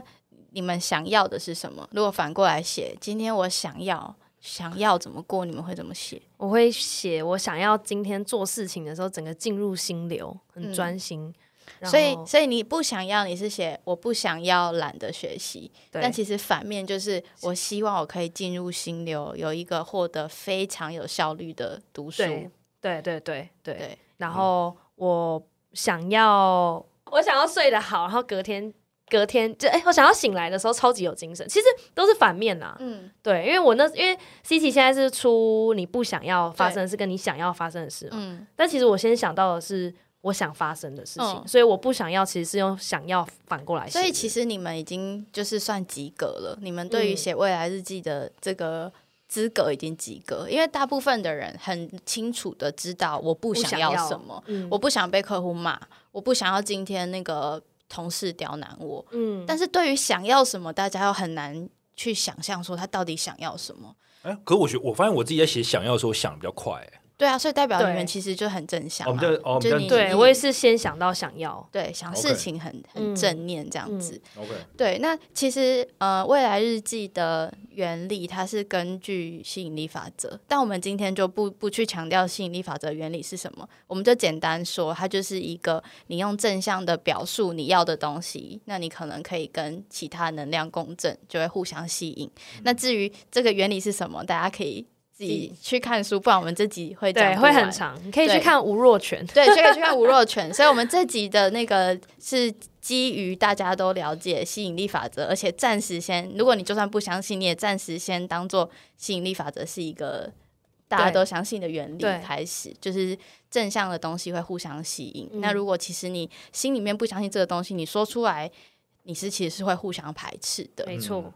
S1: 你们想要的是什么？如果反过来写，今天我想要想要怎么过，你们会怎么写？
S2: 我会写我想要今天做事情的时候，整个进入心流，很
S1: 嗯
S2: 专心。然
S1: 所以
S2: 后，
S1: 所以你不想要，你是写我不想要懒得学习，
S2: 对
S1: 但其实反面就是我希望我可以进入心流，有一个获得非常有效率的读书。
S2: 对对对对对
S1: 对
S2: 然后我想要，我想要睡得好，然后隔天隔天就哎、我想要醒来的时候超级有精神。其实都是反面啦，
S1: 嗯，
S2: 对，因为我那因为 C T 现在是出你不想要发生的事跟你想要发生的事嘛，
S1: 嗯
S2: 但其实我先想到的是我想发生的事情，
S1: 嗯
S2: 所以我不想要其实是用想要反过来写
S1: 所
S2: 的。
S1: 以其实你们已经就是算及格了，你们对于
S2: 嗯
S1: 写未来日记的这个资格已经及格，因为大部分的人很清楚的知道我不
S2: 不
S1: 想
S2: 想
S1: 要
S2: 要
S1: 什么，
S2: 嗯
S1: 我不想被客户骂，我不想要今天那个同事刁难我，
S2: 嗯，
S1: 但是对于想要什么，大家又很难去想象说他到底想要什么。
S3: 哎，可我觉我发现我自己在写想要的时候想的比较快，哎
S1: 对啊，所以代表
S2: 对
S1: 你们其实就很正向、啊，
S3: 哦我们就哦我们
S1: 就
S3: 就
S1: 你
S2: 对
S1: 你
S2: 我也是先想到想要，
S1: 对想
S3: OK
S1: 事情很很
S2: 嗯
S1: 正念这样
S2: 嗯
S1: 子。
S3: OK，
S1: 对，那其实呃，未来日记的原理它是根据吸引力法则，但我们今天就不不去强调吸引力法则的原理是什么，我们就简单说，它就是一个你用正向的表述你要的东西，那你可能可以跟其他能量共振，就会互相吸引。
S2: 嗯
S1: 那至于这个原理是什么，大家可以自己去看书，不然我们这集会讲
S2: 对，
S1: 不
S2: 会
S1: 完
S2: 很长，你可以去
S1: 对
S2: 看吴若权。
S1: 对，所以可以去看吴若权。所以我们这集的那个是基于大家都了解吸引力法则，而且暂时先，如果你就算不相信，你也暂时先当做吸引力法则是一个大家
S2: 对
S1: 都相信的原理
S2: 对
S1: 开始，就是正向的东西会互相吸引。
S2: 嗯
S1: 那如果其实你心里面不相信这个东西，你说出来，你是其实是会互相排斥的。
S2: 没错，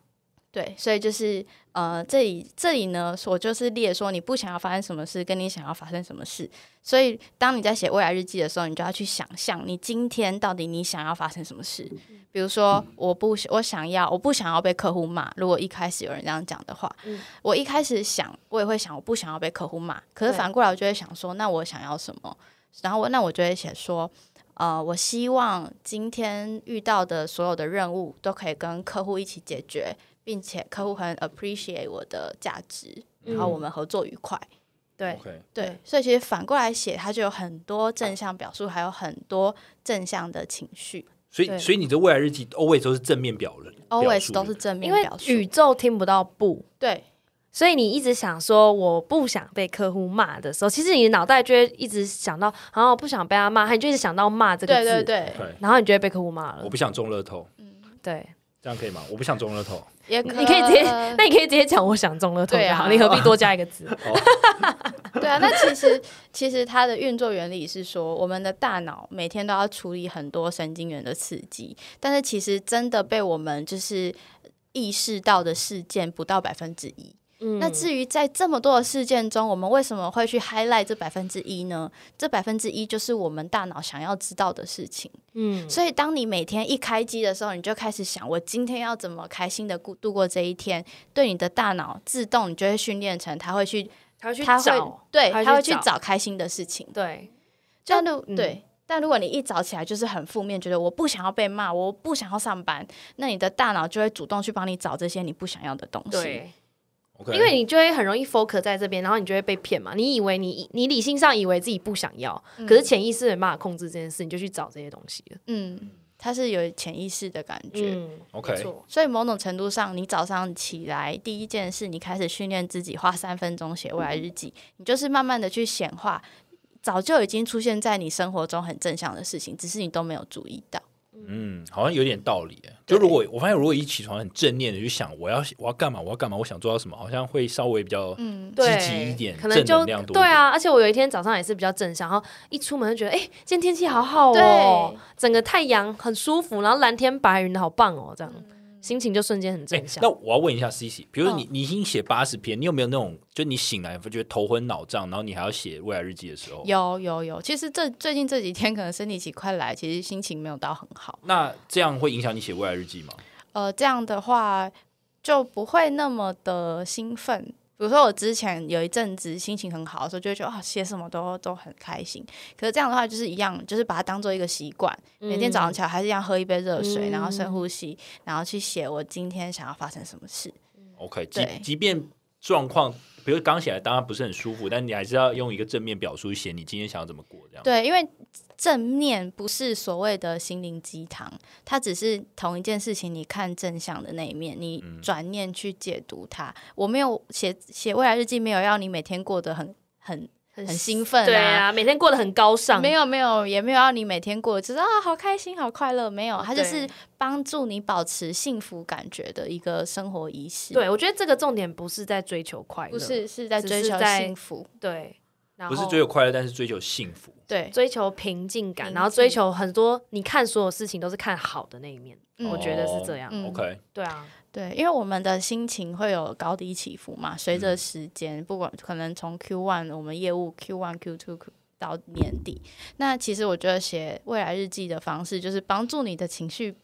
S1: 对，所以就是呃，这里这里呢，我就是列说你不想要发生什么事，跟你想要发生什么事。所以当你在写未来日记的时候，你就要去想象你今天到底你想要发生什么事。
S2: 嗯
S1: 比如说，我不我想要我不想要被客户骂。如果一开始有人这样讲的话，
S2: 嗯
S1: 我一开始想我也会想我不想要被客户骂，可是
S2: 对
S1: 反过来我就会想说，那我想要什么？然后我那我就会写说，呃，我希望今天遇到的所有的任务都可以跟客户一起解决，并且客户很 appreciate 我的价值，然后我们合作愉快。
S2: 对
S3: OK，
S1: 对
S2: 嗯对，
S1: 所以其实反过来写，它就有很多正向表述，还有很多正向的情绪
S3: 所
S2: 对
S3: 以所以你的未来日记 always 都是正面表了
S1: ，always 都是正面
S2: 因为
S1: 表述。
S2: 宇宙听不到不，
S1: 对，
S2: 所以你一直想说我不想被客户骂的时候，其实你的脑袋就会一直想到，然后我不想被他骂，你就一直想到骂这个
S1: 对
S2: 字，
S1: 对对，
S3: 对，
S2: 然后你就会被客户骂了
S3: 我。不想中乐透，
S2: 对，
S3: 这样可以吗？我不想中乐 透，
S1: 也
S2: 你可以直接，
S1: 呃
S2: 那你可以直接讲我想中了头
S1: 对
S2: 就
S1: 啊
S2: 好，你何必多加一个字？
S1: 对啊，那其实其实它的运作原理是说，我们的大脑每天都要处理很多神经元的刺激，但是其实真的被我们就是意识到的事件不到百分之一。
S2: 嗯
S1: 那至于在这么多的事件中，我们为什么会去 highlight 这百分之一呢？这百分之一就是我们大脑想要知道的事情。
S2: 嗯
S1: 所以，当你每天一开机的时候，你就开始想，我今天要怎么开心的度过这一天？对你的大脑自动，你就会训练成它会去
S2: 他会去
S1: 他会
S2: 找，
S1: 对，
S2: 他会
S1: 他会
S2: 去
S1: 去找开心的事情。
S2: 对，
S1: 但如
S2: 嗯
S1: 对，但如果你一早起来就是很负面，觉得我不想要被骂，我不想要上班，那你的大脑就会主动去帮你找这些你不想要的东西。
S2: 对，
S3: OK，
S2: 因为你就会很容易 focus 在这边，然后你就会被骗嘛。你以为你你理性上以为自己不想要，可是潜意识没办法控制这件事，你就去找这些东西了。
S1: 嗯，它是有潜意识的感觉。
S2: 嗯
S3: OK
S2: 没错
S1: 所以某种程度上，你早上起来第一件事，你开始训练自己花三分钟写未来日记，你就是慢慢的去显化，早就已经出现在你生活中很正向的事情，只是你都没有注意到。
S3: 嗯，好像有点道理耶。就如果我发现，如果一起床很正念的去想我要我要干嘛，我要干嘛，我想做到什么，好像会稍微比较
S1: 嗯，
S2: 对
S3: 积极一点
S2: 可能
S3: 正
S2: 就
S3: 能量多一
S2: 对
S3: 点
S2: 啊。而且我有一天早上也是比较正向，然后一出门就觉得，哎、今天天气好好哦
S1: 对，
S2: 整个太阳很舒服，然后蓝天白云的好棒哦，这样、心情就瞬间很
S3: 哎、
S2: 正向。
S3: 那我要问一下 C C，比如说你、
S1: 嗯
S3: 你已经写八十篇，你有没有那种就你醒来觉得头昏脑胀，然后你还要写未来日记的时候？
S1: 有有有，其实这最近这几天可能生理期快来，其实心情没有到很好。
S3: 那这样会影响你写未来日记吗？
S1: 呃，这样的话就不会那么的兴奋。比如说我之前有一阵子心情很好的时候，就会觉得啊写什么都都很开心。可是这样的话就是一样，就是把它当做一个习惯，每天早上起来还是一样喝一杯热水，然后深呼吸，然后去写我今天想要发生什么事。
S3: OK，即
S1: 对
S3: 即便状况，比如刚起来当然不是很舒服，但你还是要用一个正面表述写你今天想要怎么过这样。
S1: 对，因为正念不是所谓的心灵鸡汤，它只是同一件事情，你看正向的那一面，你转念去解读它。我没有写写未来日记，没有要你每天过得很很
S2: 很
S1: 很兴奋、
S2: 呃对啊，每天过得很高尚，
S1: 没有没有，也没有要你每天过，就是啊，好开心，好快乐，没有，它就
S2: 对
S1: 是帮助你保持幸福感觉的一个生活仪式。，
S2: 对，我觉得这个重点不是在追求快乐，
S1: 不是是在
S2: 只
S1: 追
S2: 是
S1: 求
S2: 在
S1: 幸福，
S2: 对，然后
S3: 不是追求快乐，但是追求幸福。
S1: 对，
S2: 追求平静感，
S1: 平
S2: 然后追
S1: 静
S2: 求很多，你看所有事情都是看好的那一面，我觉得是这样。
S1: 嗯
S3: 哦 OK，
S2: 对啊，
S1: 对，因为我们的心情会有高低起伏嘛，随
S2: 嗯
S1: 着时间，不管可能从 Q one 我们业务 Q one Q two 到年底，那其实我觉得写未来日记的方式，就是帮助你的情绪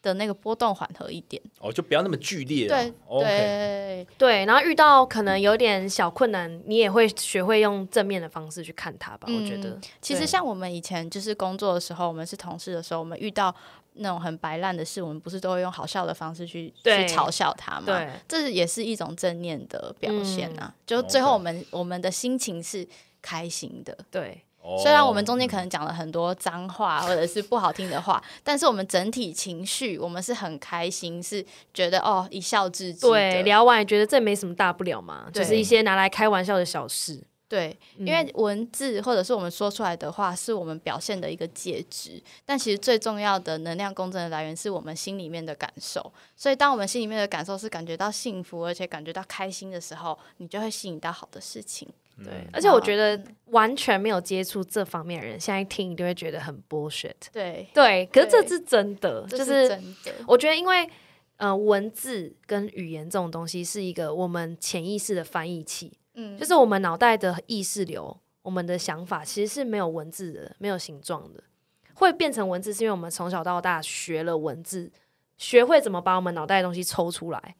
S1: 的那个波动缓和一点。
S3: 哦，就不要那么剧烈、啊。
S1: 对
S3: o k
S1: 对
S2: 对，然后遇到可能有点小困难，你也会学会用正面的方式去看它吧。我觉得
S1: 嗯，其实
S2: 对
S1: 像我们以前就是工作的时候，我们是同事的时候，我们遇到那种很白烂的事，我们不是都会用好笑的方式去去
S2: 对
S1: 嘲笑他嘛？
S2: 对，
S1: 这也是一种正念的表现啊。就
S3: OK
S1: 最后我们我们的心情是开心的，
S2: 对，
S3: 哦
S1: 虽然我们中间可能讲了很多脏话或者是不好听的话，但是我们整体情绪我们是很开心，是觉得哦一笑置之的。
S2: 对，聊完也觉得这没什么大不了嘛，就是
S1: 对
S2: 一些拿来开玩笑的小事。
S1: 对，因为文字或者是我们说出来的话，是我们表现的一个介质，但其实最重要的能量共振的来源是我们心里面的感受。所以，当我们心里面的感受是感觉到幸福，而且感觉到开心的时候，你就会吸引到好的事情。
S2: 对，而且我觉得完全没有接触这方面的人，现在听你就会觉得很 bullshit。
S1: 对，
S2: 对，可是这
S1: 对
S2: 是真的，
S1: 这
S2: 就是是
S1: 真的。
S2: 我觉得，因为呃，文字跟语言这种东西是一个我们潜意识的翻译器，
S1: 嗯，
S2: 就是我们脑袋的意识流，我们的想法其实是没有文字的，没有形状的，会变成文字，是因为我们从小到大学了文字，学会怎么把我们脑袋的东西抽出来，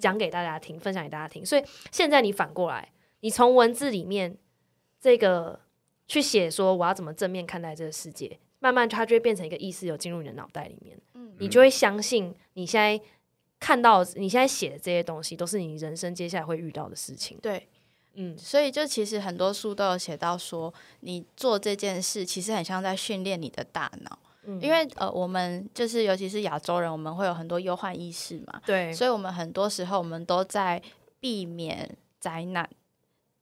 S2: 讲给大家听，分享给大家听。所以现在你反过来，你从文字里面这个去写说我要怎么正面看待这个世界，慢慢它就会变成一个意识流进入你的脑袋里面，你就会相信你现在。看到你现在写的这些东西，都是你人生接下来会遇到的事情。
S1: 对，
S2: 嗯，
S1: 所以就其实很多书都有写到说，你做这件事其实很像在训练你的大脑，
S2: 嗯
S1: 因为呃，我们就是尤其是亚洲人，我们会有很多忧患意识嘛，
S2: 对，
S1: 所以我们很多时候我们都在避免灾难。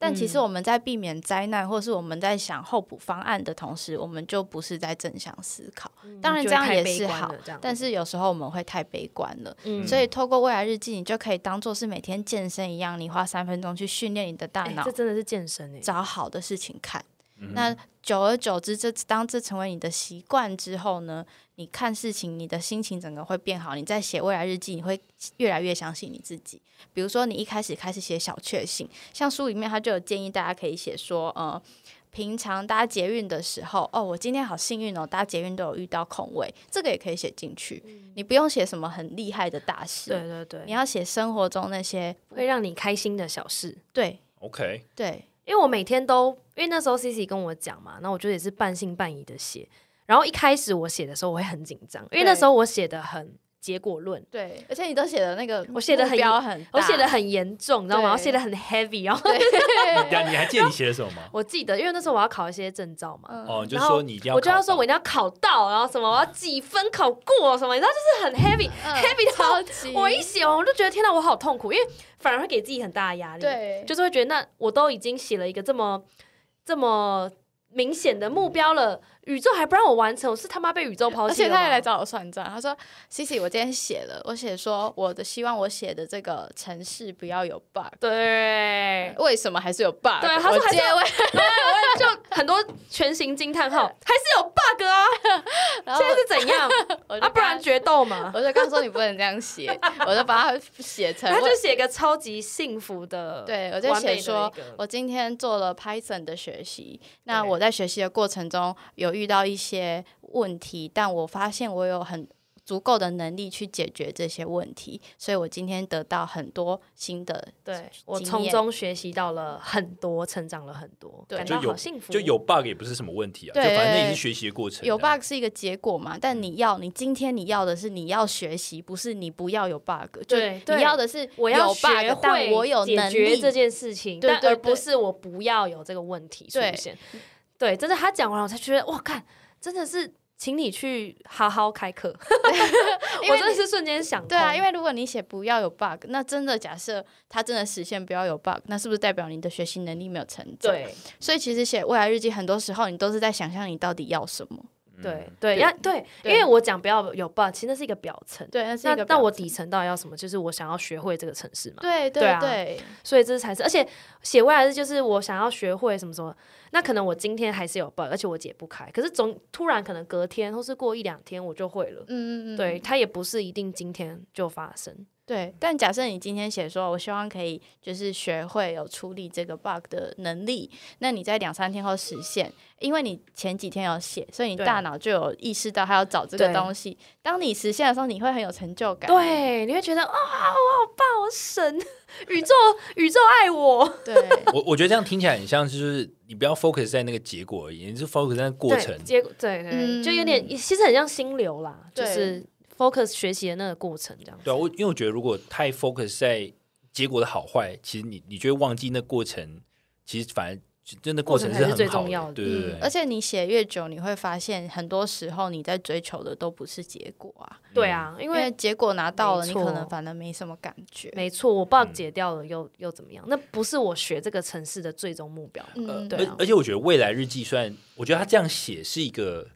S1: 但其实
S2: 嗯
S1: 我们在避免灾难，或是我们在想候补方案的同时，我们就不是在正向思考。当然
S2: 嗯就
S1: 这
S2: 会
S1: 样
S2: 太
S1: 也
S2: 悲
S1: 是
S2: 观
S1: 好
S2: 了这样，
S1: 但是有时候我们会太悲观了，
S2: 嗯
S1: 所以透过未来日记，你就可以当做是每天健身一样，你花三分钟去训练你的大
S2: 哎
S1: 脑
S2: 这，嗯真的是健身诶，
S1: 找好的事情看。那久而久之，这当这成为你的习惯之后呢，你看事情，你的心情整个会变好。你在写未来日记，你会越来越相信你自己。比如说，你一开始开始写小确幸，像书里面他就有建议大家可以写说，呃，平常搭捷运的时候，哦，我今天好幸运哦，搭捷运都有遇到空位，这个也可以写进去。你不用写什么很厉害的大
S2: 嗯对
S1: 事，
S2: 对对，
S1: 你要写生活中那些
S2: 会让你开心的小事。
S1: 对
S3: OK，
S1: 对，
S2: 因为我每天都，因为那时候 C C 跟我讲嘛，那我就也是半信半疑的写。然后一开始我写的时候，我会很紧张，因为
S1: 对
S2: 那时候我写的很结果论。
S1: 对，而且你都写的那个，
S2: 我写得很
S1: 标很大，
S2: 我写的很严重，你知道吗？
S1: 对
S2: 我写的很 heavy，然后
S1: 对，
S3: 你等下你还记得你 写了什么吗？
S2: 我记得，因为那时候我要考一些证照嘛，
S1: 嗯
S3: 哦，你就
S2: 然后
S3: 说你一定要
S2: 我
S3: 考到，
S2: 就要说我一定要考到，然后什么我要几分考过什么，你知道就是很 heavy。
S1: 嗯
S2: Heavy
S1: 超
S2: 到
S1: 级，
S2: 我一写完我就觉得天哪，我好痛苦，因为反而会给自己很大的压力，，
S1: 对，
S2: 就是会觉得那我都已经写了一个这么这么明显的目标了，宇宙还不让我完成，我是他妈被宇宙抛
S1: 而
S2: 弃
S1: 且
S2: 了吗。
S1: 他还来找我算账，他说：“Cici，我今天写了，我写说我的希望我写的这个城市不要有 bug，
S2: 对，
S1: 为什么还是有 bug？
S2: 对啊他说
S1: 我
S2: 还是
S1: 接
S2: 要
S1: 问，
S2: 就很多全形惊 叹号，还是有 bug 啊！
S1: 然后
S2: 现在是怎样
S1: 我就跟
S2: 啊？不
S1: 他
S2: 然决斗嘛，
S1: 我就刚说你不能这样写，我就把它写成
S2: 他
S1: 我
S2: 就写个超级幸福的，
S1: 对我就
S2: 完美的
S1: 写说
S2: 一个
S1: 我今天做了 Python 的学习，那
S2: 对
S1: 我在学习的过程中有遇到一些问题，但我发现我有很足够的能力去解决这些问题，所以我今天得到很多新的
S2: 对我
S1: 经
S2: 从
S1: 验
S2: 中学习到了很多，成长了很多，
S1: 对
S2: 感
S3: 就
S2: 到
S3: 有
S2: 好幸福，
S3: 就有 bug 也不是什么问题啊，就
S1: 对
S3: 反正也是学习的过程啊。
S1: 有 bug 是一个结果嘛，但
S2: 嗯
S1: 你要你今天你要的是你要学习，不是你不要有 bug，就
S2: 对对
S1: 你要的是
S2: 我要
S1: 有
S2: 学
S1: bug，但
S2: 会
S1: 我有
S2: 解
S1: 能
S2: 决
S1: 力
S2: 这件事情，
S1: 对
S2: 但
S1: 对
S2: 而不
S1: 对
S2: 是我不要有这个问题出
S1: 对
S2: 现。对，真的，他讲完我才觉得，哇，看，真的是，请你去好好开课。
S1: 因
S2: 我
S1: 为
S2: 真的
S1: 你
S2: 是瞬间想通，
S1: 对啊，因为如果你写不要有 bug，那真的假设它真的实现不要有 bug，那是不是代表你的学习能力没有成长？，
S2: 对
S1: 所以其实写未来日记，很多时候你都是在想象你到底要什么。
S3: 嗯
S2: 对对，要对，因
S1: 对
S2: 为我讲不要有 bug，其实那是一个表层。
S1: 对，那是
S2: 那
S1: 一个
S2: 那我
S1: 表
S2: 底层到底要什么？就是我想要学会这个城市嘛。
S1: 对对
S2: 对啊
S1: 对
S2: 所以这才是，而且写未来日就是我想要学会什么什么，那可能我今天还是有 bug，而且我解不开，可是总突然可能隔天或是过一两天我就会了。
S1: 嗯嗯嗯，
S2: 对，它也不是一定今天就发生。
S1: 对。但假设你今天写说，我希望可以就是学会有处理这个 bug 的能力，那你在两三天后实现，因为你前几天有写，所以你
S2: 对
S1: 大脑就有意识到它要找这个
S2: 对
S1: 东西。当你实现的时候，你会很有成就感。
S2: 对，你会觉得啊，我好棒，我神，宇宙宇宙爱我。
S1: 对
S3: 我我觉得这样听起来很像，就是你不要 focus 在那个结果而已，你是 focus 在那个过程
S2: 对，。结果对对，
S1: 嗯
S2: 就有点其实很像心流啦，就
S1: 对
S2: 是 focus 学习的那个过程这样子。
S3: 对啊，我因为我觉得如果太 focus 在结果的好坏，其实你你就会忘记那过程，其实反而真的过程
S2: 过程才是
S3: 很
S2: 最
S3: 好
S2: 重要的嗯
S3: 对对对，
S1: 嗯而且你写越久，你会发现很多时候你在追求的都不是结果啊，
S2: 对啊，因
S3: 嗯
S1: 因
S2: 为
S1: 为结果拿到了，
S2: 没
S1: 你
S2: 错
S1: 可能反而没什么感觉。
S2: 没错，我 bug
S3: 嗯
S2: 解掉了又、又怎么样？那不是我学这个城市的最终目标。
S1: 嗯，
S2: 对
S3: 而
S2: 啊
S3: 而且我觉得未来日记虽然我觉得他这样写是一个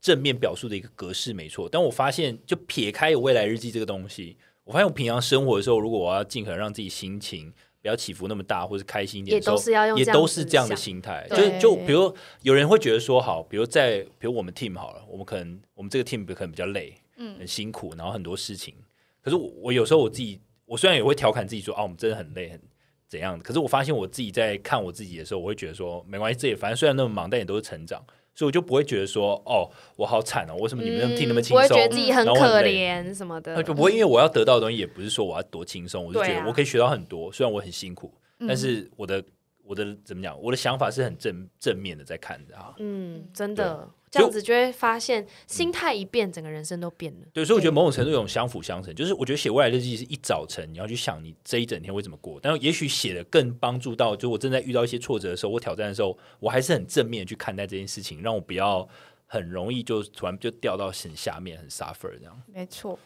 S3: 正面表述的一个格式没错，但我发现就撇开有未来日记这个东西，我发现我平常生活的时候，如果我要尽可能让自己心情不要起伏那么大，或是开心一点
S2: 也
S3: 的时候，
S2: 都是要用
S3: 也
S2: 这样
S3: 都
S2: 子
S3: 是这样的
S2: 想
S3: 心态。就
S1: 对
S3: 就比如有人会觉得说，好，比如在比如我们 team 好了，我们可能我们这个 team 可能比较累，
S1: 嗯
S3: 很辛苦，然后很多事情。可是我我有时候我自己，我虽然也会调侃自己说，啊，我们真的很累，很怎样？可是我发现我自己在看我自己的时候，我会觉得说，没关系，这也反正虽然那么忙，但也都是成长，所以我就不会觉得说，哦，我好惨哦，为什么你们那么 team 那么轻
S2: 嗯不会
S3: 松
S2: 觉得？自己很
S3: 然后很
S2: 可
S3: 累
S2: 怜什么的
S3: 那。就不会，因为我要得到的东西也不是说我要多轻松，我就觉
S2: 对啊嗯
S3: 得我可以学到很多，虽然我很辛苦，但是我的我的怎么讲，我的想法是很正正面的在看的啊。
S2: 嗯，真的，这
S3: 就
S2: 样子就会发现心态一变，整个人生都变了。
S3: 对，所以我觉得某种程度有种相辅相成，就是我觉得写未来日记是一早晨你要去想你这一整天会怎么过，但也许写的更帮助到，就我正在遇到一些挫折的时候或挑战的时候，我还是很正面地去看待这件事情，让我不要很容易就突然就掉到很下面很 suffer 这样。
S1: 没错。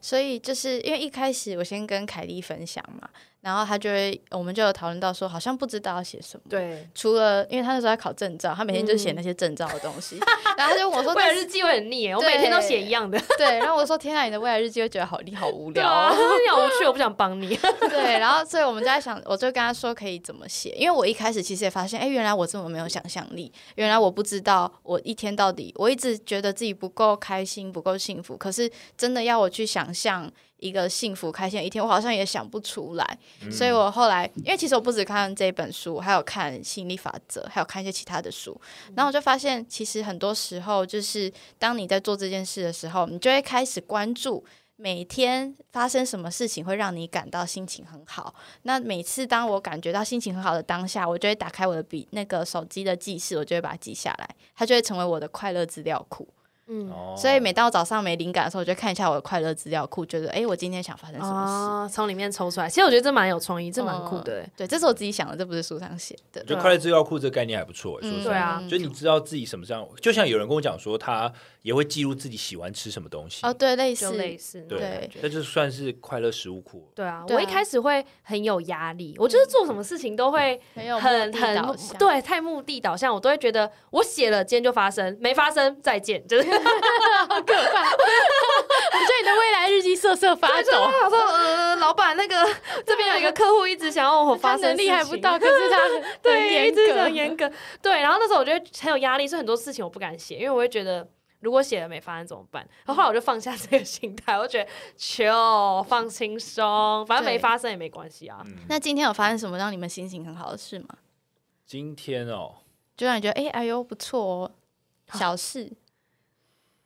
S1: 所以就是因为一开始我先跟凯莉分享嘛，然后她就会，我们就有讨论到说，好像不知道要写什么。，嗯
S2: 对，
S1: 除了因为她那时候在考证照，她每天就写那些证照的东 西，然后她就问我说
S2: 未来日记会很腻耶，我每天都写一样的，：“
S1: 对。”然后我说：“天啊，你的未来日记会觉得好，你好无
S2: 对
S1: 聊
S2: 啊，
S1: 哦。
S2: 你好无趣，我不想帮你。
S1: 对，然后所以我们就在想，我就跟他说可以怎么写，因为我一开始其实也发现，哎，原来我这么没有想象力，原来我不知道我一天到底，我一直觉得自己不够开心，不够幸福，可是真的要我去想象。一个幸福开心的一天，我好像也想不出来，所以我后来，因为其实我不只看这本书，还有看吸引力法则，还有看一些其他的书，然后我就发现，其实很多时候就是当你在做这件事的时候，你就会开始关注每天发生什么事情会让你感到心情很好？那每次当我感觉到心情很好的当下，我就会打开我的笔那个手机的记事，我就会把它记下来，它就会成为我的快乐资料库。
S2: 嗯，
S3: 哦，
S1: 所以每当我早上没灵感的时候，我就看一下我的快乐资料库，觉得哎、诶我今天想发生什么事。
S2: 哦，从里面抽出来，其实我觉得这蛮有创意，这蛮酷的、
S1: 对，这是我自己想的，这不是书上写的
S3: 我。觉得快乐资料库这个概念还不错、欸，
S1: 嗯
S3: 说实
S2: 对
S3: 话，
S2: 啊
S3: 就你知道自己什么样，就像有人跟我讲说，他也会记录自己喜欢吃什么东西，
S1: 哦，对，类似
S2: 就类似那种
S1: 对
S2: 感觉
S3: 那就算是快乐食物库。
S2: 对啊，
S1: 对啊
S2: 我一开始会很有压力，我就是做什么事情都会
S1: 很有目
S2: 嗯很
S1: 的
S2: 很
S1: 导
S2: 目
S1: 向，
S2: 对太目的导向，我都会觉得我写了今天就发生，没发生再见， 就是就
S1: 好可怕！我觉得你的未来日记瑟瑟发
S2: 是
S1: 抖，
S2: 我想说呃，老板那个 这边有一个客户一直想 要我发
S1: 他
S2: 生
S1: 能力还
S2: 事
S1: 不
S2: 情
S1: 到，可是他 很很
S2: 对，一
S1: 严
S2: 直很
S1: 格。
S2: 严格。对，然后那时候我觉得很有压力，所以很多事情我不敢写，因为我会觉得如果写了没发生怎么办？然后后来我就放下这个心态，我就觉得 chill 放轻松，反正没
S1: 对
S2: 发生也没关系啊。
S3: 嗯，
S1: 那今天有发生什么让你们心情很好的事吗？
S3: 今天哦，
S1: 就让你觉得哎、诶哎呦不错哦，小事。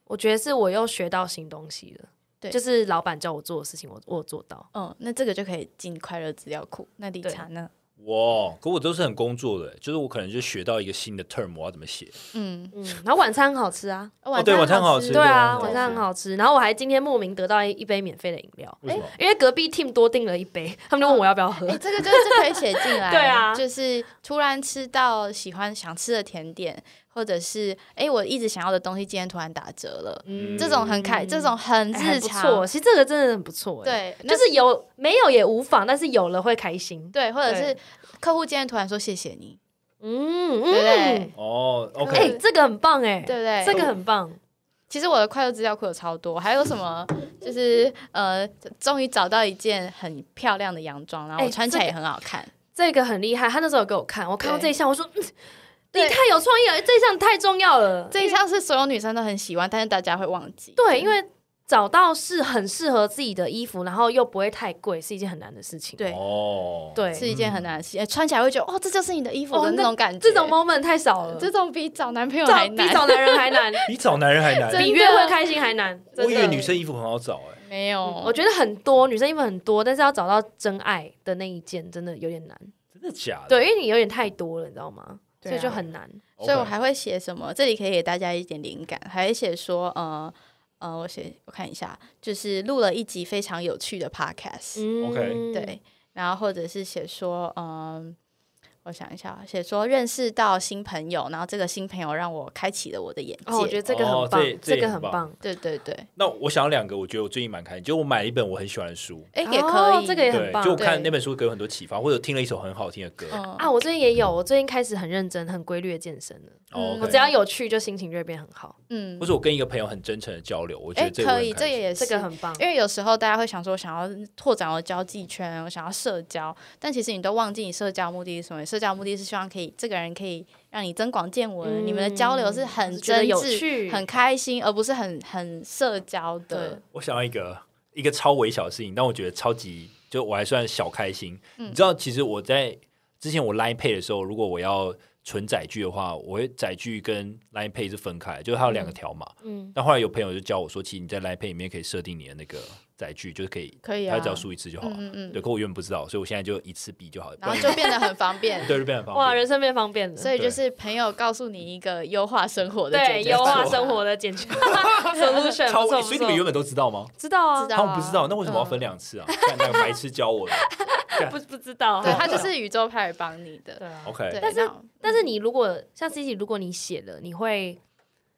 S2: 我觉得是我又学到新东西了。
S1: 对
S2: 就是老板叫我做的事情，我我有做到。
S1: 嗯，那这个就可以进快乐资料库。那理
S2: 对
S1: 查呢？
S3: 哇，可我都是很工作的欸，就是我可能就学到一个新的 term，我要怎么写？
S1: 嗯，
S2: 嗯，然后晚餐很好吃啊，
S1: 晚
S3: 哦对晚餐好吃
S1: 吃。
S2: 对啊，
S3: 对
S2: 晚餐很好吃。然后我还今天莫名得到一一杯免费的饮料，
S3: 为什么？
S2: 因为隔壁 team 多订了一杯，他们就问我要不要喝
S1: 哎、。这个就是可以写进 来。
S2: 对啊
S1: 就是突然吃到喜欢想吃的甜点，或者是哎、诶我一直想要的东西，今天突然打折了，
S3: 嗯
S1: 这种很开，这种很
S2: 哎还
S1: 日
S2: 不
S1: 常。
S2: 错，其实这个真的很不错。哎，
S1: 对，那
S2: 就是有没有也无妨，但是有了会开心。
S1: 对，或者
S2: 对
S1: 是客户今天突然说谢谢你，
S2: 嗯，
S1: 对不对
S2: 嗯，？
S3: 哦
S2: 哎、
S3: ，OK，
S1: 对
S2: 这个很棒哎、
S1: 对不对？
S2: 这个很棒。
S1: 其实我的快乐资料库有超多，还有什么就是呃，终于找到一件很漂亮的洋装，然后
S2: 哎
S1: 我穿起来
S2: 这
S1: 也
S2: 个
S1: 很好看。
S2: 这个很厉害，他那时候有给我看，我看到
S1: 对
S2: 这一项，我说、嗯你
S1: 对
S2: 太有创意了，这一项太重要了。
S1: 这一项是所有女生都很喜欢，但是大家会忘记。
S2: 对，因为找到是很适合自己的衣服，然后又不会太贵，是一件很难的事情。
S1: 对
S3: 哦，
S2: 对，
S1: 是一件很难的事情，穿起来会觉得哦，这就是你的衣服
S2: 哦
S1: 的
S2: 那
S1: 那种感觉。
S2: 这种 moment 太少了，
S1: 这种比找男朋友还
S2: 找比
S1: 难。
S2: 找男人还 难，
S3: 比找男人还难
S1: 真。的
S2: 比约会开心还难。
S3: 我
S2: 真
S3: 以
S2: 的
S3: 为女生衣服很好找，哎，
S1: 没有，
S2: 嗯我觉得很多女生衣服很多，但是要找到真爱的那一件，真的有点难。
S3: 真的假的？
S2: 对，因为你有点太多了，你知道吗？
S1: 对
S2: 所以
S1: 啊
S2: 就很难。
S3: OK，
S1: 所以我还会写什么？这里可以给大家一点灵感，还会写说，呃呃，我写我看一下，就是录了一集非常有趣的 podcast，、
S2: 嗯
S3: OK
S1: 对，然后或者是写说，嗯、我想一下啊，写说认识到新朋友，然后这个新朋友让我开启了我的眼界。
S2: 哦，我觉得这哦个
S3: 哦
S2: 很棒，
S3: 这这也
S2: 个
S3: 很
S2: 很
S3: 棒
S2: 棒，
S1: 对对对，
S3: 那我想要两个，我觉得我最近蛮开心，就我买了一本我很喜欢的书，
S1: 哎、
S2: 哦
S1: 也可以，
S2: 这个也很
S3: 对，
S2: 棒
S3: 就我看
S1: 对
S3: 那本书给我很多启发，或者听了一首很好听的歌。
S1: 嗯
S2: 啊！我最近也有，我最近开始很认真、很规律的健身了。
S3: 哦
S1: 嗯，
S2: 我
S3: OK
S2: 只要有去，就心情就会变很好，
S1: 嗯
S3: 或，者我跟一个朋友很真诚的交流，我觉
S1: 哎、
S3: 得这个我
S1: 可
S3: 很
S1: 以，
S3: 开
S1: 这
S3: 心
S1: 个也
S2: 这
S1: 是
S2: 个很棒。
S1: 因为有时候大家会想说，想要拓展我的交际圈，我想要社交，但其实你都忘记你社交目的是什么。社交目的是希望可以这个人可以让你增广见闻，
S2: 嗯
S1: 你们的交流是很
S2: 我觉得
S1: 真
S2: 有
S1: 挚、
S2: 趣，
S1: 很开心，而不是很很社交的。
S3: 我想要一个一个超微小的事情，但我觉得超级就我还算小开心。
S2: 嗯
S3: 你知道，其实我在之前我 Line Pay 的时候，如果我要存载具的话，我会载具跟 Line Pay 是分开，就是它有两个条码。
S2: 嗯，
S3: 但后来有朋友就教我说，其实你在 Line Pay 里面可以设定你的那个载具，就是可以，
S1: 可以
S3: 它
S1: 啊，
S3: 只要输一次就好。
S1: 嗯嗯嗯，
S3: 对，可我原本不知道，所以我现在就一次币就好了。
S1: 然后就变得很方便。
S3: 对，就变得很
S2: 哇，
S3: 方便。
S2: 人生变方便 了。
S1: 所以就是朋友告诉你一个优化生活的
S2: 对，
S1: 解决
S2: 优化
S1: 方法
S2: 生活的解决 solution，
S3: 超
S2: 不错，
S3: 所以你们原
S2: 不错
S3: 本都知道吗？
S2: 知道啊
S1: 知？道
S3: 他们不知道，那为什么要分两 次啊？看那个白痴教我的。
S2: 不不知道啊，
S1: 对，它就是宇宙派帮你的。
S2: 对啊。
S3: OK，
S1: 对，
S2: 但是
S1: 那
S2: 但是你如果像 C C，如果你写了，你会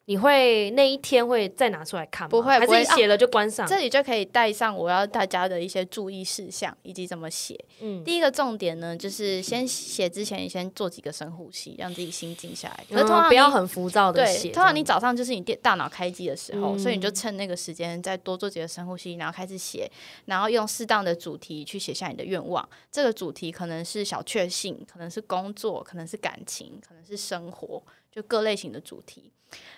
S2: 你会那一天会再拿出来看吗？
S1: 不会
S2: 还
S1: 不
S2: 是
S1: 会啊
S2: 你写了就关上？
S1: 这里就可以带上我要大家的一些注意事项以及怎么写。
S2: 嗯，
S1: 第一个重点呢，就是先写之前，你先做几个深呼吸，让自己心静下来。可是
S2: 嗯
S1: 通常你、
S2: 不要很浮躁的
S1: 对，
S2: 写。
S1: 通常你早上就是你电大脑开机的时候，
S2: 嗯
S1: 所以你就趁那个时间再多做几个深呼吸，然后开始写，然后用适当的主题去写下你的愿望。这个主题可能是小确幸，可能是工作，可能是感情，可能是生活，就各类型的主题。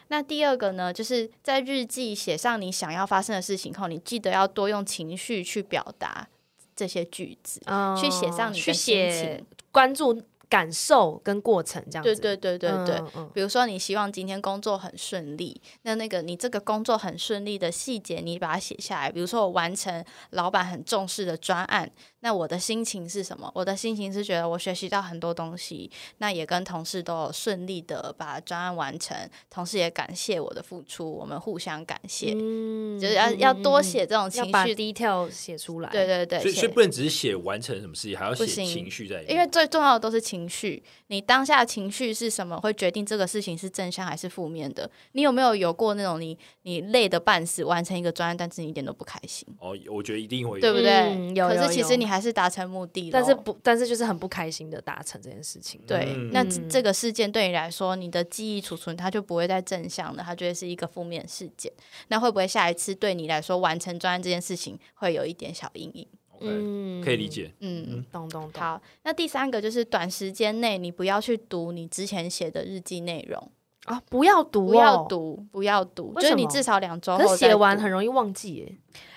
S1: 那第二个呢，就是在日记写上你想要发生的事情后，你记得要多用情绪去表达这些句子。
S2: 嗯
S1: 去写上你
S2: 哦去
S1: 的心
S2: 写
S1: 情。
S2: 关注感受跟过程这样
S1: 对
S2: 子。
S1: 对对对对。
S2: 嗯，嗯
S1: 比如说，你希望今天工作很顺利，那那个你这个工作很顺利的细节，你把它写下来。比如说，我完成老板很重视的专案，那我的心情是什么？我的心情是觉得我学习到很多东西，那也跟同事都有顺利的把专案完成，同事也感谢我的付出，我们互相感谢，
S2: 嗯
S1: 就是要要多写这种
S2: 要
S1: 情
S2: 把
S1: 绪。
S2: detail 写出来。
S1: 对对对，
S3: 嗯所以
S1: 写
S3: 所以不能只是写完成什么事情，还要写
S1: 不行
S3: 情绪在里面。
S1: 因为最重要的都是情绪，你当下情绪是什么，会决定这个事情是正向还是负面的。你有没有有过那种你你累得半死，完成一个专案，但是你一点都不开心，
S3: 哦，我觉得一定会有
S1: 对不对？
S2: 嗯有
S1: 可
S2: 有
S1: 是其
S2: 有
S1: 实你还是达成目的了，
S2: 但是不，但是就是很不开心的达成这件事情。
S1: 对，
S3: 嗯
S1: 那这这个事件对你来说，你的记忆储存它就不会再正向的，它就会是一个负面事件。那会不会下一次对你来说完成专案这件事情会有一点小阴影？
S3: OK，
S2: 嗯
S3: 可以理，解。
S1: 嗯
S2: 懂懂懂。
S1: 好，那第三个就是短时间内你不要去读你之前写的日记内容，
S2: 啊，不要读，
S1: 不要。读，不要读，就
S2: 为
S1: 是
S2: 什
S1: 你
S2: 么
S1: 至少两周
S2: 可
S1: 后
S2: 是写
S1: 再
S2: 完
S1: 读
S2: 很容易忘记耶，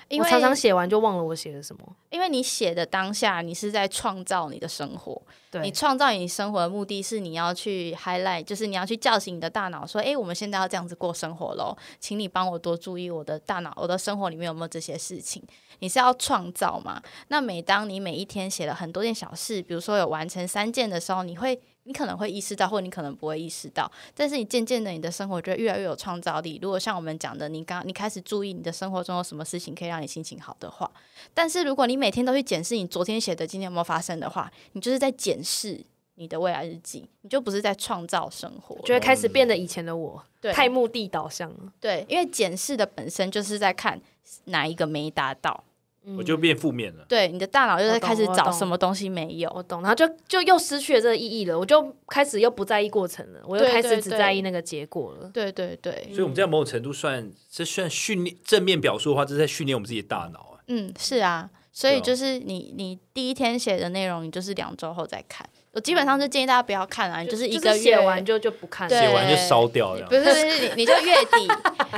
S1: 因
S2: 我
S1: 为
S2: 常常写完就忘了我写了什么。
S1: 因为你写的当下，你是在创造你的生活，
S2: 对
S1: 你创造你生活的目的是你要去 highlight，就是你要去叫醒你的大脑，说，诶，我们现在要这样子过生活喽，请你帮我多注意我的大脑，我的生活里面有没有这些事情？你是要创造嘛？那每当你每一天写了很多件小事，比如说有完成三件的时候，你会。你可能会意识到，或你可能不会意识到，但是你渐渐的，你的生活就会越来越有创造力。如果像我们讲的，你刚你开始注意你的生活中有什么事情可以让你心情好的话，但是如果你每天都去检视你昨天写的今天有没有发生的话，你就是在检视你的未来日记，你就不是在创造生活。
S2: 就会开
S3: 嗯
S2: 始变得以前的我，
S1: 对
S2: 太目的导向了。
S1: 对，因为检视的本身就是在看哪一个没达到，
S2: 嗯
S3: 我就变负面了。
S1: 对，你的大脑又在开始
S2: 我懂我
S1: 找
S2: 懂
S1: 什么东西没有。
S2: 我懂，然后就就又失去了这个意义了，我就开始又不在意过程了，我又
S1: 对
S2: 开始
S1: 对
S2: 只
S1: 对
S2: 在意那个结果了。
S1: 对对对，
S3: 所以
S2: 嗯
S3: 我们这样某种程度算，这算训练正面表述的话，这是在训练我们自己的大脑、啊。
S1: 嗯，是啊，所
S3: 对
S1: 以
S3: 哦
S1: 就是你你第一天写的内容，你就是两周后再看。我基本上是建议大家不要看啊，你就是一个
S2: 嗯就
S1: 月
S2: 写完就就不看了，
S1: 对
S3: 写完就烧掉
S1: 不
S3: 了。
S1: 是不是，你你就月底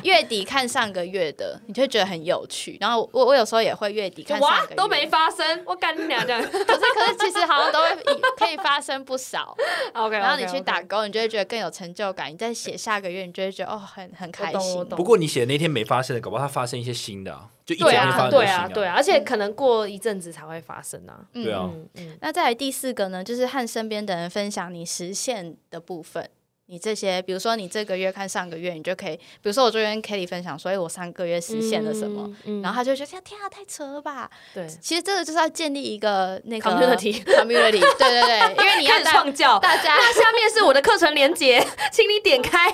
S1: 月底看上个月的，你就会觉得很有趣。然后我我有时候也会月底
S2: 就
S1: 看上
S2: 哇
S1: 个月
S2: 都没发生，我干你俩这 样。
S1: 可是可是其实好像都会可以发生不 少。
S2: OK，
S1: 然后你去打勾，你就会觉得更有成就感。你再写下个月，你就会觉得哦很很开
S2: 我懂
S1: 心
S2: 我。懂
S3: 不过你写的那天没发生的，搞不好它发生一些新的、啊，就一整
S2: 对
S3: 天
S2: 啊
S3: 发生
S2: 对
S3: 的新
S2: 啊对啊，而且可能过一阵子才会发生啊。
S1: 嗯
S3: 对啊
S2: 嗯嗯，
S1: 那再来第四个呢，就是和身边的人分享你实现的部分。你这些，比如说你这个月看上个月，你就可以，比如说我就跟 Kelly 分享说，哎，我上个月实现了什么，
S2: 嗯？嗯
S1: 然后他就觉得天啊，太扯了吧！
S2: 对
S1: 其实这个就是要建立一个那个
S2: Community
S1: community，对对对，因为你
S2: 开
S1: 要
S2: 始
S1: 带
S2: 创造，
S1: 大家，
S2: 那下面是我的课程连接，请你点开，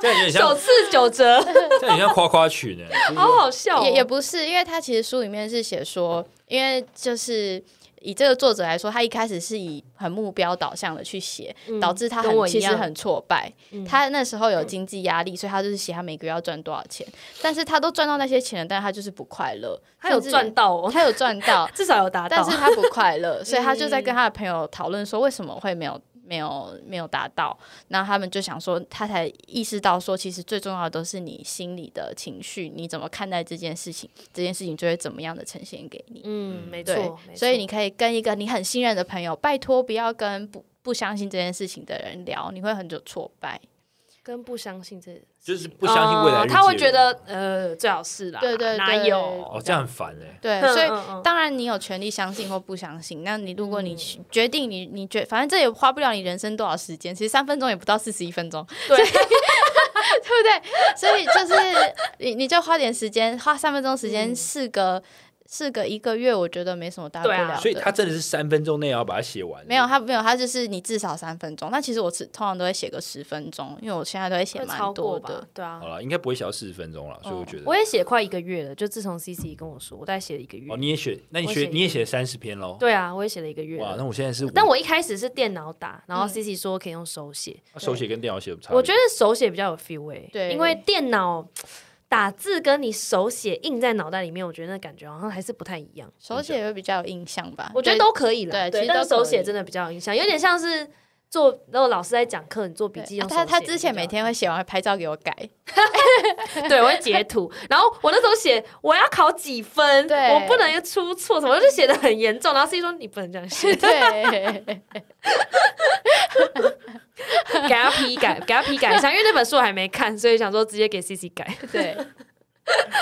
S3: 这样有点
S2: 首
S3: 像，
S2: 次九折，
S3: 这样有点像夸夸群欸呢、就是
S2: 好好笑哦。
S1: 也也不是，因为他其实书里面是写说，因为就是以这个作者来说，他一开始是以很目标导向的去写，
S2: 嗯
S1: 导致他
S2: 跟我
S1: 很
S2: 一
S1: 其实
S2: 样
S1: 很挫败。
S2: 嗯
S1: 他那时候有经济压力，所以他就是写他每个月要赚多少钱，但是他都赚到那些钱了，但他就是不快乐。
S2: 他有
S1: 甚至
S2: 赚，到哦，，
S1: 他有赚到
S2: 至少有达
S1: 但
S2: 到
S1: 是。他不快 乐，所以他
S2: 嗯
S1: 就在跟他的朋友讨论说为什么会没有。没有没有达到，然后他们就想说，他才意识到说，其实最重要的都是你心里的情绪，你怎么看待这件事情，这件事情就会怎么样的呈现给你。
S2: 嗯，没
S1: 对
S2: 错，没，
S1: 所以
S2: 错
S1: 你可以跟一个你很信任的朋友，拜托不要跟不不相信这件事情的人聊，你会很有挫败。
S2: 跟不相信这
S3: 就是不相信未
S2: 哦
S3: 来日记的人、
S2: 他会觉得呃最好是啦，
S1: 对对
S2: 哪
S1: 对
S2: 有
S3: 哦，这样很烦哎、
S1: 对，
S2: 嗯
S1: 所以
S2: 嗯嗯
S1: 当然你有权利相信或不相信。那你如果你
S2: 嗯
S1: 去决定你你决，反正这也花不了你人生多少时间，其实三分钟也不到四十一分钟，
S2: 对
S1: 对不对？所以就是你你就花点时间，花三分钟时间
S2: 嗯
S1: 试个试个一个月，我觉得没什么大不
S2: 对啊
S1: 了的。
S3: 所以他真的是三分钟内要把它写完。
S1: 没有，他没有，他就是你至少三分钟。那其实我是通常都会写个十分钟，因为我现在都会写
S2: 会超
S1: 蛮
S2: 过
S1: 多
S2: 吧
S1: 的。？
S2: 对啊
S3: 好，了，应该不会写到四十分钟了，所以我觉得。
S2: 哦我也写快一个月了，就自从 C C 跟我说，我大概写了一个月
S3: 哦，。你也写，那你
S2: 我
S3: 学
S2: 写
S3: 你也写三十篇喽？
S2: 对啊，我也写了一个月
S3: 哇，
S2: 了。
S3: 那我现在是
S2: 但我一开始是电脑打，然后
S1: 嗯
S2: C C 说可以用手写，
S3: 手写跟电脑写有差别。
S2: 我觉得手写比较有 feel 哎，
S1: 对
S2: 因为电脑打字跟你手写印在脑袋里面，我觉得那感觉好像还是不太一样。
S1: 手写会比较有印象吧？
S2: 我觉得
S1: 对
S2: 都可以啦，
S1: 对
S2: 对，
S1: 其实
S2: 但
S1: 都
S2: 是手
S1: 可以
S2: 写真的比较有印象，有点像是做如果老师在讲课，你做笔
S1: 对
S2: 记
S1: 啊
S2: 用手写
S1: 他
S2: 比较。
S1: 他之前每天会写完会拍照给我改，
S2: 对，我会截图。然后我那时候写我要考几分，
S1: 对
S2: 我不能出错什么，我就写的很严重。然后 C 说你不能这样 写，
S1: 对，
S2: 给他批改，给他批改一下，因为那本书我还没看，所以想说直接给 C C 改。
S1: 对，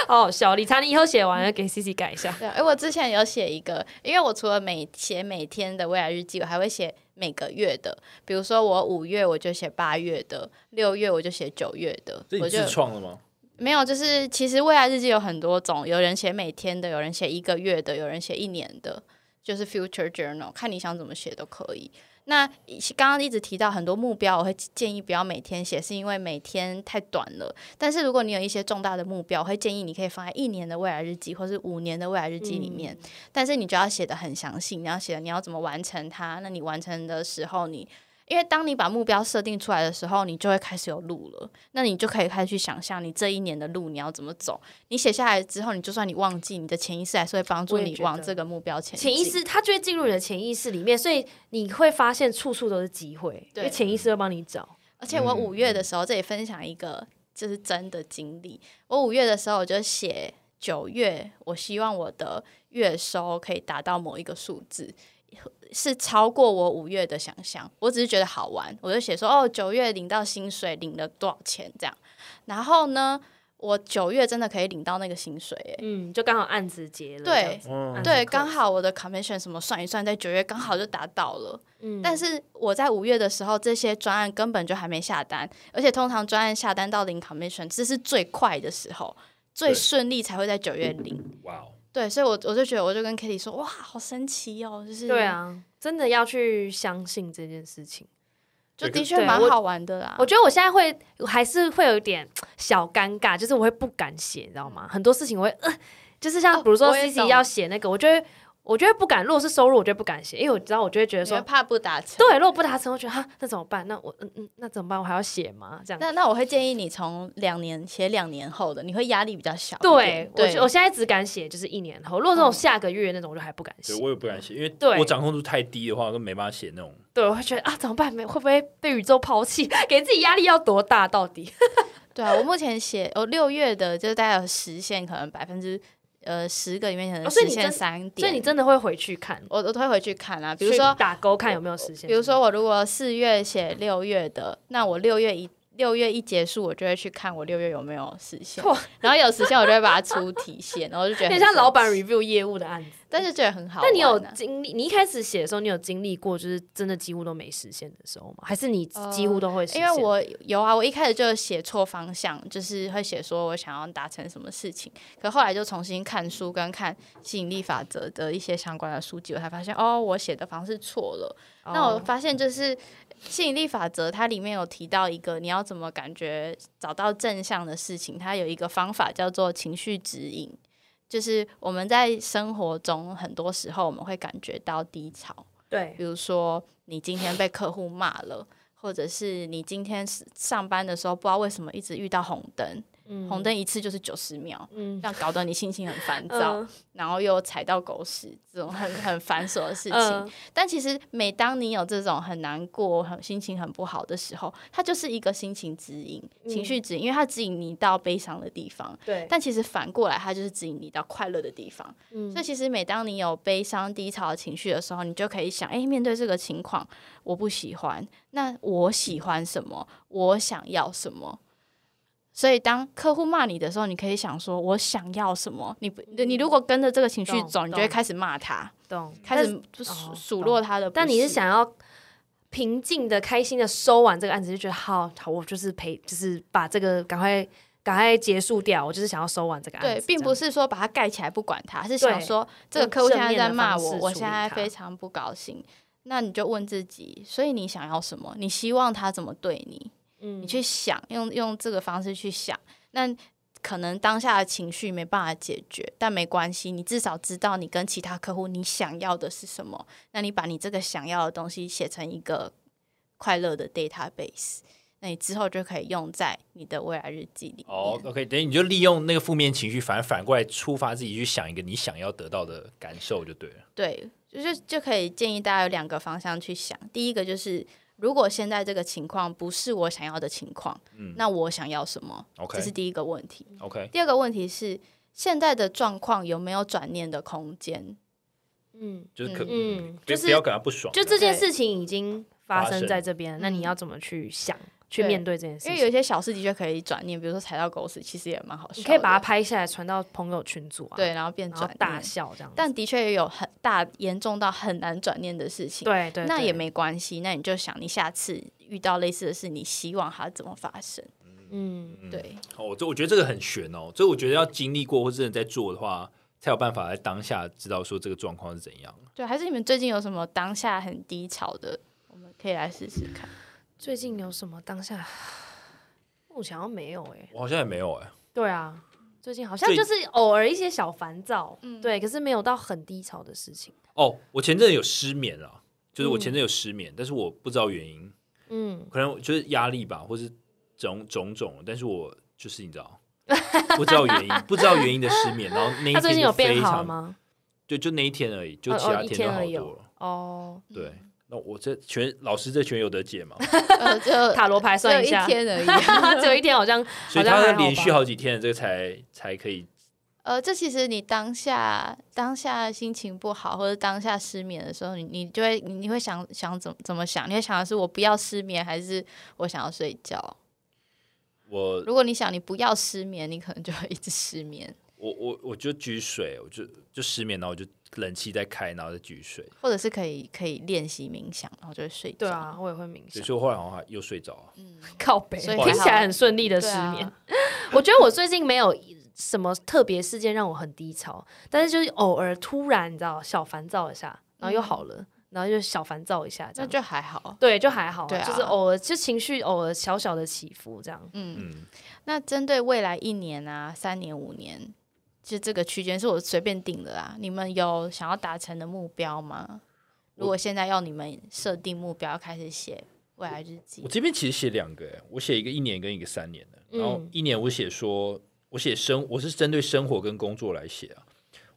S2: 好好笑。理查，你以后写完了给 C C 改一下。
S1: 对啊，哎，我之前有写一个，因为我除了每写每天的未来日记，我还会写每个月的，比如说我五月我就写八月的，六月我就写九月的
S3: 这，
S1: 我
S3: 你
S1: 就
S3: 自创的吗？
S1: 没有，就是其实未来日记有很多种，有人写每天的，有人写一个月的，有人写一年的，就是 future journal，看你想怎么写都可以。那刚刚一直提到很多目标，我会建议不要每天写，是因为每天太短了。但是如果你有一些重大的目标，我会建议你可以放在一年的未来日记或是五年的未来日记里面。但是你就要写的很详细，你要写你要怎么完成它。那你完成的时候你，因为当你把目标设定出来的时候，你就会开始有路了。那你就可以开始去想象你这一年的路你要怎么走。你写下来之后，你就算你忘记，你的潜意识还是会帮助
S2: 我也
S1: 你
S2: 觉
S1: 往
S2: 得
S1: 这个目标前进。
S2: 潜意识，它就会进入你的潜意识里面，所以你会发现处处都是机会，因
S1: 对
S2: 为潜意识会帮你找。
S1: 而且我
S2: 嗯
S1: 五月的时候，这里分享一个就是真的经历。我五月的时候，我就写九月，我希望我的月收可以达到某一个数字，是超过我五月的想象。我只是觉得好玩，我就写说哦，九月领到薪水，领了多少钱这样。然后呢，我九月真的可以领到那个薪水、欸，
S2: 嗯，就刚好案子结了。
S1: 对
S2: 这样子
S3: 嗯
S2: 嗯
S1: 对，
S2: close
S1: 刚好我的 commission 什么算一算，在九月刚好就达到了。
S2: 嗯
S1: 但是我在五月的时候，这些专案根本就还没下单，而且通常专案下单到零 commission，这是最快的时候，最
S3: 对
S1: 顺利才会在九月领。
S3: 哇哦，
S1: 对，所以我我就觉得，我就跟 Kitty 说，哇，好神奇哦，就是
S2: 对，啊，真的要去相信这件事情。
S1: 就
S3: 对可
S1: 的确
S2: 对
S1: 蛮
S2: 我
S1: 好玩的啦。
S2: 我觉得我现在会还是会有一点小尴尬，就是我会不敢写，你知道吗？很多事情我会，呃、就是像
S1: 嗯哦
S2: 比如说
S1: 我也
S2: C C
S1: 懂
S2: 要写那个，我就会我就会不敢。如果是收入，我就会不敢写，因为我知道我就会觉得
S1: 你会
S2: 说，
S1: 怕不达成。
S2: 对，如果不达成，我觉得哈，那怎么办？那我嗯嗯，那怎么办？我还要写吗？这样。
S1: 那那我会建议你从两年写两年后的，你会压力比较小一
S2: 对
S1: 点。，
S2: 我
S1: 对，嗯
S2: 我现在只敢写，就是一年后。如果这种下个月那种，我就还不敢写
S3: 对。我也不敢写，因
S2: 对
S3: 为我掌控度太低的话，我都没办法写那种。
S2: 对，我会觉得啊，怎么办？没会不会被宇宙抛弃？给自己压力要多大？到底？
S1: 对啊，我目前写我六月的，就是大概有实现可能百分之呃十个里面可能
S2: 哦所以
S1: 实
S2: 你
S1: 现
S2: 真
S1: 三
S2: 所
S1: 点，
S2: 以你真的会回去看，
S1: 我我都会回去看啊，比如说
S2: 去打勾看有没有实现。
S1: 比如说，我如果四月写六月的，那我六月一六月一结束，我就会去看我六月有没有实现
S2: 哇，
S1: 然后有实现我就会把它出体现，然后就觉得
S2: 有
S1: 很
S2: 点像老板
S1: 神奇，
S2: review 业务的案子。
S1: 但是觉得很好玩啊、
S2: 那你有经历？你一开始写的时候，你有经历过就是真的几乎都没实现的时候吗？还是你几乎都会实现？
S1: 因为我有啊，我一开始就写错方向，就是会写说我想要达成什么事情，可后来就重新看书跟看吸引力法则的一些相关的书籍，我才发现哦，我写的方式错了。
S2: 哦
S1: 那我发现就是吸引力法则，它里面有提到一个你要怎么感觉找到正向的事情，它有一个方法叫做情绪指引。就是我们在生活中很多时候我们会感觉到低潮，
S2: 对
S1: 比如说你今天被客户骂了，或者是你今天是上班的时候不知道为什么一直遇到红灯，红灯一次就是九十秒，
S2: 嗯
S1: 这样搞得你心情很烦躁，
S2: 嗯
S1: 然后又踩到狗屎，这种很很繁琐的 事情。
S2: 嗯
S1: 但其实每当你有这种很难过、很心情很不好的时候，它就是一个心情指引、情
S2: 嗯
S1: 绪指引，因为它指引你到悲伤的地方。
S2: 对，
S1: 但其实反过来，它就是指引你到快乐的地方。
S2: 嗯
S1: 所以其实每当你有悲伤、低潮的情绪的时候，你就可以想：诶，面对这个情况，我不喜欢，那我喜欢什么？我想要什么？所以当客户骂你的时候，你可以想说：我想要什么？你不，你如果跟着这个情绪
S2: 嗯懂
S1: 走，你就会
S2: 懂
S1: 开始骂他，
S2: 懂
S1: 开始就数
S2: 哦
S1: 数
S2: 懂
S1: 落他的不
S2: 但你是
S1: 是
S2: 想要平静的、开心的收完这个案子，就觉得好好，我就是陪，就是把这个赶快赶快结束掉，我就是想要收完这个案子。
S1: 对，并不
S2: 是
S1: 是说把它盖起来不管它，是想
S2: 对
S1: 说这个
S2: 用
S1: 客户
S2: 正
S1: 现在
S2: 面
S1: 在
S2: 的
S1: 骂
S2: 方
S1: 我，
S2: 式
S1: 我
S2: 处
S1: 现
S2: 理
S1: 在
S2: 它
S1: 非常不高兴。那你就问自己，所以你想要什么？你希望他怎么对你？
S2: 嗯
S1: 你去想，用用这个方式去想。那可能当下的情绪没办法解决，但没关系，你至少知道你跟其他客户你想要的是什么。那你把你这个想要的东西写成一个快乐的 database，那你之后就可以用在你的未来日记里面。
S3: 哦，OK，等于你就利用那个负面情绪，反而反过来触发自己去想一个你想要得到的感受就对了。
S1: 对，就是就可以建议大家有两个方向去想。第一个就是，如果现在这个情况不是我想要的情况，
S3: 嗯
S1: 那我想要什么？
S3: OK
S1: 这是第一个问题。
S3: OK，
S1: 第二个问题是，现在的状况有没有转念的空间？
S2: 嗯
S3: 就是可
S2: 嗯
S3: 嗯，
S2: 就
S3: 别
S2: 是
S3: 不要感到不爽，
S2: 就这
S3: 样
S2: 件事情已经发
S3: 发
S2: 生
S3: 生
S2: 在这边，那你
S1: 嗯
S2: 要怎么去想？去
S1: 对
S2: 面对这件事
S1: 因为有
S2: 情。
S1: 一些小事的确可以转念，比如说踩到狗屎，其实也蛮好笑的。
S2: 你可以把它拍下来传到朋友群组啊，，
S1: 对，然后变
S2: 然后
S1: 转
S2: 大
S1: 念
S2: 笑这样子。
S1: 但的确也有很大严重到很难转念的事情。
S2: 对对，
S1: 那
S2: 对
S1: 也，没关系，那你就想你下次遇到类似的事，你希望它怎么发生？
S2: 嗯，
S3: 嗯
S1: 对，
S3: 哦，这我觉得这个很悬哦，所以我觉得要经历过或真的在做的话，才有办法在当下知道说这个状况是怎样。
S1: 对，还是你们最近有什么当下很低潮的，我们可以来试试 看。
S2: 最近有什么当下？ 目前好像没有哎。
S3: 我好像也没有哎、
S2: 对啊，最近好像
S3: 最
S2: 就是偶尔一些小烦躁，
S1: 嗯
S2: 对，可是没有到很低潮的事情。
S3: 哦，我前阵子有失眠了，就是我
S2: 嗯
S3: 前阵子有失眠，但是我不知道原因，
S2: 嗯，
S3: 可能就是压力吧，或是种种种，但是我就是你知道。 不知道原因，不知道原因的失眠，然后那一
S2: 他
S3: 天
S2: 最近
S3: 就
S2: 有变
S3: 非
S2: 好
S3: 常
S2: 了？吗？
S3: 对，就那一天而已，就
S2: 哦
S3: 其
S2: 哦
S3: 他
S2: 一
S3: 天
S2: 天
S3: 都好
S2: 而已
S3: 多了。
S2: 哦，
S3: 对，那我这全老师这全有得解 嘛？
S1: 呃，就
S2: 塔罗牌
S1: 只有
S2: 算
S1: 一
S2: 下，
S1: 天而已。
S2: 只有一天好像
S3: 所
S2: 好像
S3: 以他
S2: 还
S3: 要
S2: 好
S3: 连续
S2: 吧
S3: 好几天，这个才才可以。
S1: 呃，这其实你当下当下心情不好，或者当下失眠的时候，你你就会你你会想想怎么怎么想？你会想的是我不要失眠，还是我想要睡觉？
S3: 我
S1: 如果你想你不要失眠，你可能就会一直失眠，
S3: 我我我就举水，我就就失眠，然后我就冷气再开，然后再举水。
S1: 或者是可以可以练习冥想，然后就会睡觉。
S2: 对啊，我也会冥
S3: 所以
S2: 想。
S3: 说后来好像又睡着了。
S1: 嗯，
S2: 靠北，
S1: 所以
S2: 听
S3: 还好
S2: 起来很顺利的失
S1: 对啊
S2: 眠。 我觉得我最近没有什么特别事件让我很低潮，但是就是偶尔突然你知道小烦躁一下，然后又好了，然后就小烦躁一下，这
S1: 嗯那
S2: 样
S1: 就还好。
S2: 对就还好啊、
S1: 对啊
S2: 就是偶尔就情绪偶尔小小的起伏这样。
S1: 嗯，
S3: 嗯，
S1: 那针对未来一年啊、三年、五年，就这个区间是我随便定的啦。你们有想要达成的目标吗？
S3: 我
S1: 如果现在要你们设定目标，开始写未来日记
S3: 我，这边其实写两个、欸，我写一个一年跟一个三年的。
S2: 嗯
S3: 然后一年我写说，我写生，我是针对生活跟工作来写啊。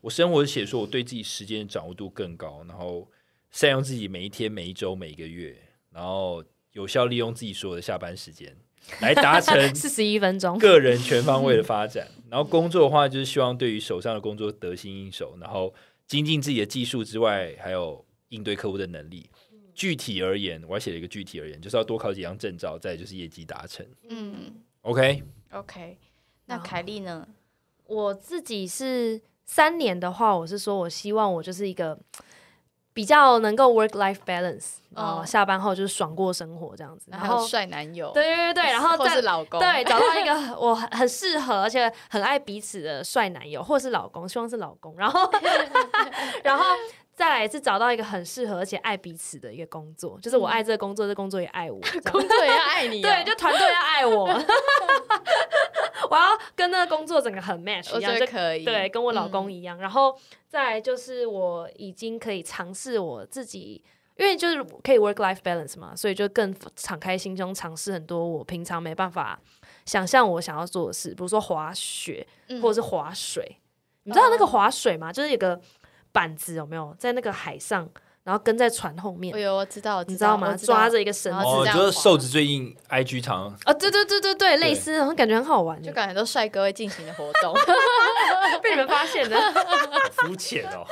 S3: 我生活是写说我对自己时间的掌握度更高，然后善用自己每一天、每一周、每一个月，然后有效利用自己所有的下班时间，来达成
S2: 四十一分钟，
S3: 个人全方位的发展。 然后工作的话，就是希望对于手上的工作得心应手，然后精进自己的技术之外，还有应对客户的能力。
S1: 嗯
S3: 具体而言，我还写了一个具体而言，就是要多考几张证照，再来就是业绩达成。
S1: 嗯
S3: OK，
S1: ，OK。那
S2: 然后
S1: 凯莉呢？
S2: 我自己是三年的话，我是说我希望我就是一个比较能够 work life balance，哦、
S1: 哦
S2: 下班后就是爽过生活这样子，然
S1: 然后
S2: 后
S1: 帅男友，
S2: 对对对对，然后
S1: 或
S2: 再
S1: 是老公，
S2: 对，找到一个我很很适合而且很爱彼此的帅男友，或者是老公，希望是老公，然后 然后再来是找到一个很适合而且爱彼此的一个工作，就是我爱这个工作，这工作也 爱我，这 样
S1: 嗯工作也要爱 你哦、
S2: 对，就团队要爱 我， 我要跟那个工作整个很 match
S1: 我
S2: 一样，
S1: 觉
S2: 就
S1: 得可以。
S2: 对，跟我老公
S1: 嗯
S2: 一样。然后再来就是我已经可以尝试我自己，因为就是可以 work life balance 嘛，所以就更敞开心胸尝试很多我平常没办法想象我想要做的事，比如说滑雪
S1: 嗯，哦
S2: 或者是划水。你知道那个划水吗？就是有个板子有没有在那个海上，然后跟在船后面
S1: 哎，呦，我知道，我
S2: 你知道
S1: 我
S2: 吗？
S1: 道
S2: 抓着一个绳
S1: 然后
S2: 子
S1: 哦。这样就是滑瘦子
S3: 最近 IG 常
S2: 啊，对对对对对，类似，然后感觉很好玩，
S1: 就感觉都帅哥会进行的活 动。
S2: 被你们 发现的，
S3: 肤浅哦。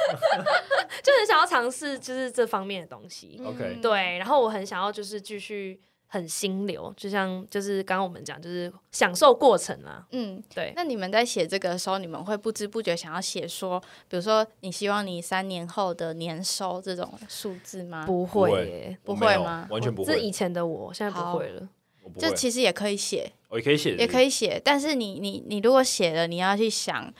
S2: 就很想要尝试，就是这方面的东西。
S3: OK
S1: 嗯，
S2: 对，然后我很想要就是继续很心流，就像就是刚刚我们讲，就是享受过程啊。
S1: 嗯，
S2: 对，
S1: 那你们在写这个的时候，你们会不知不觉想要写说，比如说你希望你三年后的年收这种数字吗？
S2: 不
S3: 会
S2: 会耶
S3: 耶，
S1: 不会吗
S3: 完全不
S2: 这以
S3: 会，
S2: 前的我，现在
S1: 好
S2: 不会了。
S3: 我不
S1: 这
S3: 会，
S1: 其实也可以写，
S3: 我也可以写，
S1: 也可
S3: 以。
S1: 以写，但是你你你如果写了，你要去想，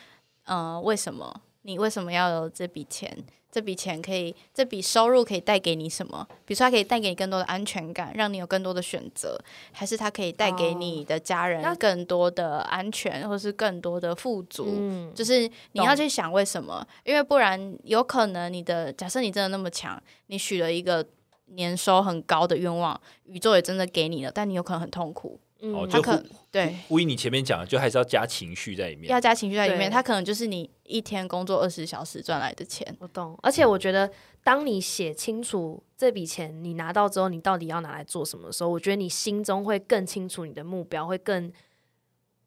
S1: 呃，为什么你为什么要有这笔钱？这笔钱可以，这笔收入可以带给你什么？比如说，它可以带给你更多的安全感，让你有更多的选择，还是它可以带给
S2: 哦
S1: 你的家
S2: 要
S1: 人更多的安全，或是更多的富足？
S2: 嗯，
S1: 就是你要
S2: 懂
S1: 去想为什么，因为不然有可能你的假设你真的那么强，你许了一个年收很高的愿望，宇宙也真的给你了，但你有可能很痛苦。
S3: 哦
S2: 嗯，
S1: 他
S3: 就
S1: 可
S3: 呼
S1: 对
S3: 呼应你前面讲的，就还是要加情绪在里面
S1: 要。加情绪在里
S2: 对
S1: 面，他可能就是你一天工作二十小时赚来的钱。
S2: 我懂。而且我觉得，当你写清楚这笔钱你拿到之后，你到底要拿来做什么的时候，我觉得你心中会更清楚你的目标，会更。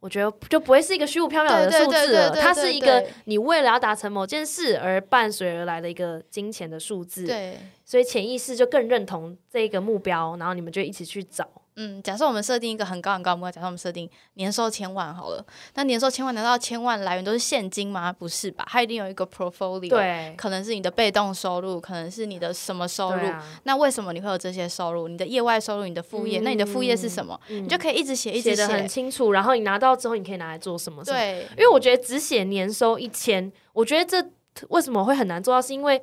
S2: 我觉得就不会是一个虚无缥缈的
S1: 对对
S2: 数
S1: 对
S2: 字
S1: 对
S2: 了，
S1: 对
S2: 它
S1: 对
S2: 是一
S1: 对
S2: 个你为了要达成某件事而伴随而来的一个金钱的数字。
S1: 对，
S2: 所以潜意识就更认同这一个目标，然后你们就一起去找，
S1: 嗯，假设我们设定一个很高很高的目标，假设我们设定年收千万好了，那年收千万难道千万来源都是现金吗？不是吧？它一定有一个 portfolio，，
S2: 对，
S1: 可能是你的被动收入，可能是你的什么收入
S2: 对？啊
S1: 那为什么你会有这些收入？你的业外收入，你的副业，那你的副业是什么？你就可以一直写，一直
S2: 嗯写的很
S1: 写。
S2: 清楚，然后你拿到之后，你可以拿来做什么？什么，
S1: 对，
S2: 因为我觉得只写年收一千，我觉得这为什么会很难做到，是因为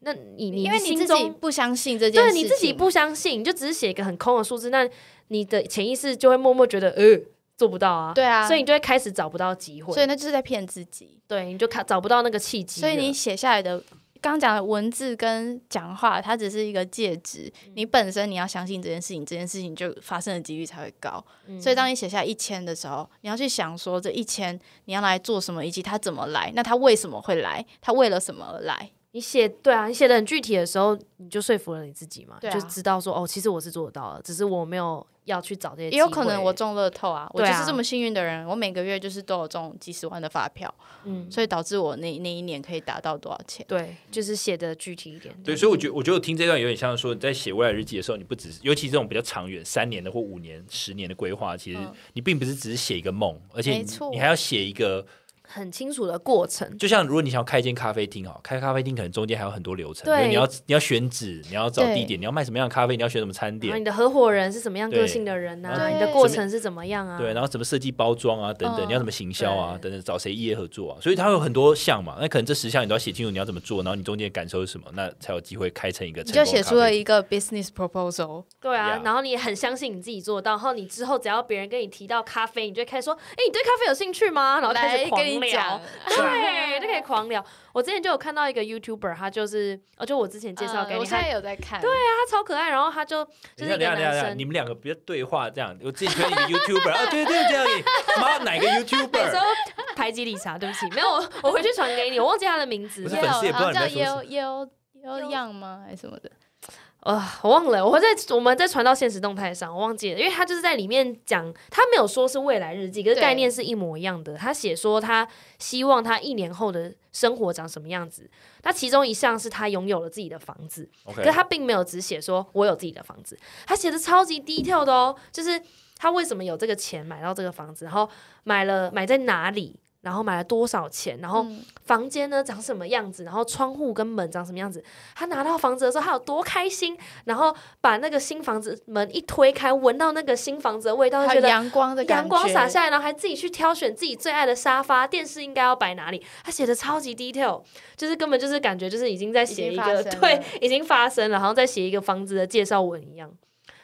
S2: 那你你
S1: 因为你
S2: 心
S1: 自己
S2: 中
S1: 不相信这件事
S2: 对
S1: 情，
S2: 你自己不相信，你就只是写一个很空的数字，那你的潜意识就会默默觉得呃做不到啊，
S1: 对啊
S2: 所以你就会开始找不到机会，
S1: 所以那就是在骗自己。
S2: 对你就看找不到那个契机
S1: 所
S2: 了，
S1: 以你写下来的，刚刚讲的文字跟讲话，它只是一个介质。你本身你要相信这件事情，这件事情就发生的几率才会高。所以当你写下一千的时候，你要去想说这一千你要拿来做什么，以及它怎么来，那它为什么会来，它为了什么而来？
S2: 你写对啊，你写的很具体的时候，你就说服了你自己嘛，
S1: 对啊
S2: 就知道说哦，其实我是做得到的，只是我没有要去找这些机会，
S1: 也有可能我中乐透啊，我就
S2: 对啊
S1: 是这么幸运的人，我每个月就是都有中几十万的发票，
S2: 嗯，
S1: 所以导致我那那一年可以达到多少钱？
S2: 对，就是写的具体一点，
S3: 对，所以我觉得，我觉得我听这段有点像说，你在写未来日记的时候，你不只是，尤其这种比较长远，三年的或五年、十年的规划，其实
S1: 嗯
S3: 你并不是只是写一个梦，而且
S1: 没
S3: 你
S1: 错
S3: 你还要写一个，
S2: 很清楚的过程，
S3: 就像如果你想要开一间咖啡厅哈，开咖啡厅可能中间还有很多流程，
S2: 对
S3: 就是你要你要选址，你要找地
S1: 对哎
S3: 点，你要卖什么样的咖啡，你要选什么餐
S2: 然后
S3: 点
S2: 你，的合伙人是怎么样
S3: 对
S2: 个性的人
S3: 然
S2: 啊，
S1: 后
S2: 你的
S1: 对
S2: 过程是怎么样啊，
S3: 对，然后怎么设计包装啊，等等，
S1: 嗯
S3: 你要怎么行销啊，
S2: 对
S3: 等等，找谁业合作啊，所以它有很多项嘛，那可能这十项你都要写清楚你要怎么做，然后你中间的感受是什么，那才有机会开成一个
S1: 你就
S3: 成功的咖啡厅。
S1: 写出了一个 business proposal，
S2: 对啊，
S3: Yeah
S2: 然后你也很相信你自己做得到，然后你之后只要别人跟你提到咖啡，你就会开始说：“哎、你对咖啡有兴趣吗？”然后开
S1: 来
S2: 始狂
S1: 跟你
S2: 聊
S1: 讲，，
S2: 对，就可以狂聊。我之前就有看到一个 YouTuber，他就是，哦，就我之前介绍给
S1: 嗯
S2: 你，
S1: 我现
S2: 他
S1: 在有在看，
S2: 对啊，他超可爱，然后他就就
S3: 等
S2: 是
S3: 一下，
S2: 一
S3: 等
S2: 个
S3: 一下，等一下等
S2: 男
S3: 一下，你
S2: 生。
S3: 们两个别对话这样。我自己推一个 YouTuber 啊，对对对，这 样你妈哪个
S2: 每次
S3: YouTuber？
S2: 都排挤理查，对不起，没有，我我回去传给你，我忘记他的名字
S3: 不是
S2: 了
S3: 粉丝也不知道
S1: 好像
S3: 你在
S1: 叫
S3: 说什么
S1: Yeo Yeo Yeo Yang 吗？还是什么的？
S2: 呃，我忘了，我会在我们再传到现实动态上，我忘记了，因为他就是在里面讲，他没有说是未来日记，可是
S1: 对
S2: 概念是一模一样的。他写说他希望他一年后的生活长什么样子，那其中一项是他拥有了自己的房子，可是
S3: ，OK，
S2: 他并没有只写说我有自己的房子，他写的超级低调的哦，就是他为什么有这个钱买到这个房子，然后买了买在哪里，然后买了多少钱，然后
S1: 嗯
S2: 房间呢长什么样子，然后窗户跟门长什么样子。他拿到房子的时候，他有多开心，然后把那个新房子门一推开，闻到那个新房子的味道，
S1: 还
S2: 就觉
S1: 有
S2: 得
S1: 阳光的感觉
S2: 阳光洒，下来，然后还自己去挑选自己最爱的沙发，电视应该要摆哪里。他写的超级 detail，就是根本就是感觉就是已经在写
S1: 已
S2: 一
S1: 经
S2: 个
S1: 发生了
S2: 对，已经发生了，好像在写一个房子的介绍文一样。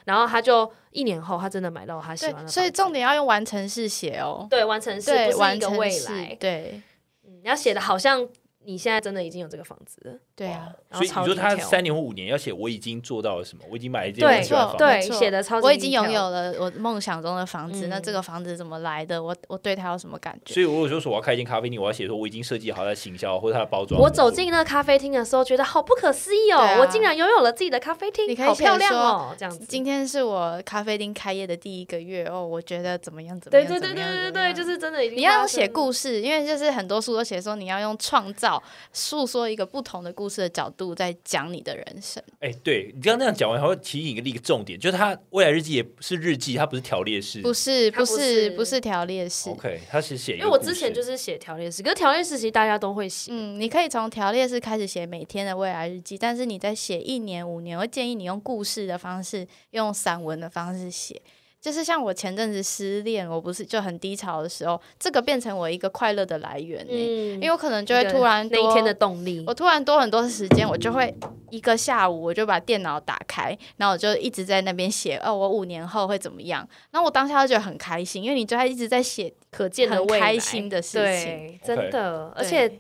S2: 然后他就一年后，他真的买到他喜欢的
S1: 对，
S2: 房子，
S1: 所以重点要用完成式写哦。
S2: 对完成是
S1: 对，
S2: 不是一
S1: 完
S2: 个
S1: 成
S2: 未
S1: 式
S2: 来？
S1: 对
S2: 嗯你要写的好像你现在真的已经有这个房子了。
S1: 对啊。
S2: 然
S3: 所
S2: 后
S3: 以
S2: 超
S3: 你说他
S2: detail
S3: 三年或五年要写我已经做到了什么，我已经买了一间
S2: 对
S3: 我喜欢的房子
S1: 没
S2: 对
S1: 错
S2: 写的超级，
S1: 我已经拥有。了我梦想中的房子，
S2: 嗯
S1: 那这个房子怎么来的？我我对它有什么感觉？
S3: 所以我有时候说我要开一间咖啡厅，我要写说我已经设计好它的行销或者它的包装。
S2: 我走进那个咖啡厅的时候，觉得好不可思议哦！
S1: 对啊
S2: 我竟然拥有了自己的咖啡厅
S1: 你，可以
S2: 好漂
S1: 写
S2: 亮
S1: 说
S2: 哦！这样子，
S1: 今天是我咖啡厅开业的第一个月哦，我觉得怎么样？怎么
S2: 对
S1: 样？
S2: 对对
S1: 怎么样
S2: 对对
S1: 怎么
S2: 对，
S1: 样
S2: 就是真的已经
S1: 你要
S2: 发
S1: 用写
S2: 生了
S1: 故事，因为就是很多书都写说你要用创造诉说一个不同的故事的角度在讲你的人生。
S3: 哎，对你刚刚那样讲完，还会提引一个重点，就是他未来日记也是日记，它不是哦条列式。
S1: 不是
S2: 它
S1: 不
S2: 不
S1: 是
S2: 是
S1: 不是条列式。
S3: OK，他是写一
S2: 因
S3: 个
S2: 为
S3: 故事。
S2: 我之前就是写条列式，可是条列式其实大家都会写，
S1: 嗯，你可以从条列式开始写每天的未来日记，但是你在写一年、五年，我会建议你用故事的方式，用散文的方式写。就是像我前阵子失恋，我不是就很低潮的时候，这个变成我一个快乐的来源、欸
S2: 嗯
S1: 因为我可能就会突然
S2: 那一
S1: 多
S2: 天的动力
S1: 我，突然多很多时间，我就会一个下午，我就把电脑打开，然后我就一直在那边写，哦，我五年后会怎么样？然后我当下就觉得很开心，因为你就在一直在写
S2: 可见的
S1: 很
S2: 未来
S1: 开心的事情，嗯
S2: 对，真的，而且
S1: 对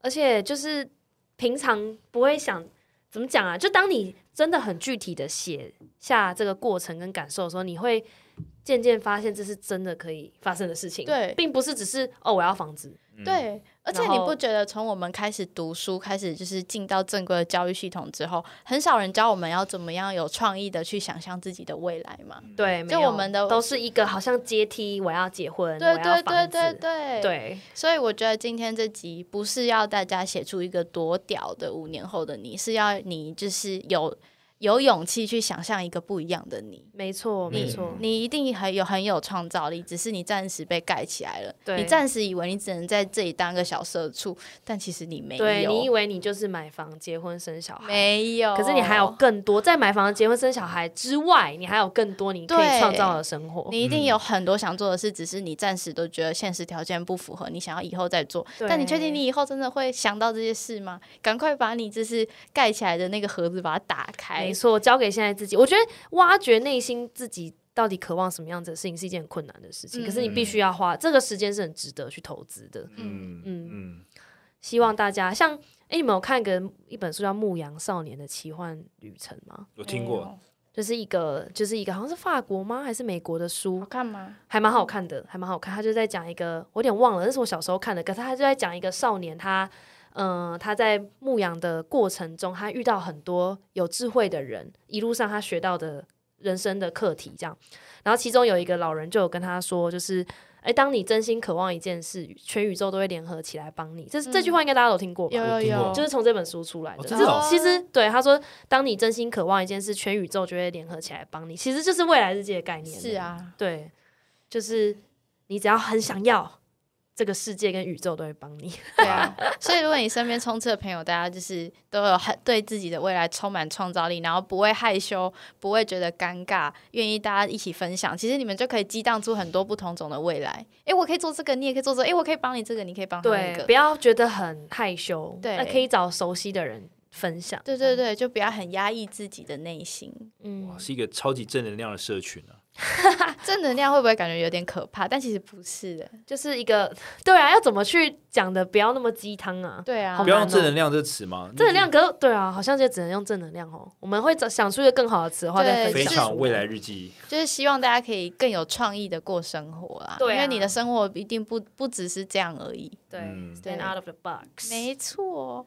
S2: 而且就是平常不会想怎么讲啊，就当你真的很具体的写下这个过程跟感受的时候，你会渐渐发现这是真的可以发生的事情，
S1: 对
S2: 并不是只是哦我要房子，
S3: 嗯
S1: 对，而且
S2: 然
S1: 你
S2: 后
S1: 不觉得从我们开始读书，开始就是进到正规的教育系统之后，很少人教我们要怎么样有创意的去想象自己的未来嘛？
S2: 对，没
S1: 就
S2: 有
S1: 我们的
S2: 都是一个好像阶梯，我要结婚，
S1: 对
S2: 我要
S1: 对对
S2: 房子
S1: 对对。
S2: 对
S1: 所以我觉得今天这集不是要大家写出一个多屌的五年后的你，是要你就是有有勇气去想象一个不一样的你。
S2: 没错，没错，
S1: 你一定很有很有创造力，只是你暂时被盖起来了。
S2: 对
S1: 你暂时以为你只能在这里当个小社畜，但其实你没有，
S2: 对你以为你就是买房、结婚、生小孩，
S1: 没有，
S2: 可是你还有更多，在买房、结婚、生小孩之外，你还有更多你可以
S1: 对
S2: 创造的生活。
S1: 你一定有很多想做的事，只是你暂时都觉得现实条件不符合，你想要以后再做。但你确定你以后真的会想到这些事吗？赶快把你就是盖起来的那个盒子把它打开
S2: 没。错，交给现在自己。我觉得挖掘内心自己到底渴望什么样子的事情是一件很困难的事情，
S1: 嗯
S2: 可是你必须要花这个时间是很值得去投资的。
S3: 嗯
S2: 嗯
S3: 嗯，
S2: 希望大家像哎，你们有看个一本书叫《牧羊少年的奇幻旅程》吗？
S3: 我听
S2: 啊
S3: 过，
S2: 就是一个，就是一个，好像是法国吗？还是美国的书
S1: 好？嗯看吗？
S2: 还蛮好看的，还蛮好看。他就在讲一个，我有点忘了，那是我小时候看的。可是他就在讲一个少年，他嗯、呃他在牧羊的过程中，他遇到很多有智慧的人，一路上他学到的人生的课题这样。然后其中有一个老人就有跟他说，就是哎，当你真心渴望一件事，全宇宙都会联合起来帮你。这、这句话应该大家都听过
S1: 嗯
S2: 吧？
S1: 有
S3: 我
S1: 有
S3: 听过
S1: 有，
S2: 就是从这本书出来的。
S3: 哦
S2: 这
S3: 真的哦
S2: 其实对他说，当你真心渴望一件事，全宇宙就会联合起来帮你。其实就是未来世界的概念。
S1: 是，啊，
S2: 对，就是你只要很想要，这个世界跟宇宙都会帮 你。
S1: 对啊。所以如果你身边充斥的朋友，大家就是都有很对自己的未来充满创造力，然后不会害羞，不会觉得尴尬，愿意大家一起分享，其实你们就可以激荡出很多不同种的未来。诶，我可以做这个，你也可以做这个；诶，我可以帮你这个，你可以帮他那个
S2: 不。要觉得很害羞，
S1: 对
S2: 那可以找熟悉的人分享。
S1: 对对对，就不要很压抑自己的内心。
S2: 嗯
S3: 哇，，是一个超级正能量的社群啊！
S1: 正能量会不会感觉有点可怕？但其实不是的。
S2: 就是一个对啊，要怎么去讲的，不要那么鸡汤啊。
S3: 嗯
S1: 对啊
S2: 好
S3: 不
S2: 难
S3: 要用
S2: 哦
S3: 正能量这词吗？
S2: 正能量，可是对啊，好像就只能用正能量哦。我们会找想出一个更好的词的话，再
S1: 对
S2: 分享
S3: 非
S1: 就是
S3: 常未来日记，
S1: 就是希望大家可以更有创意的过生活啦。
S2: 对啊
S1: 因为你的生活一定不不只是这样而已。
S2: 对
S3: 嗯
S2: ，stand out of the box。
S1: 没错。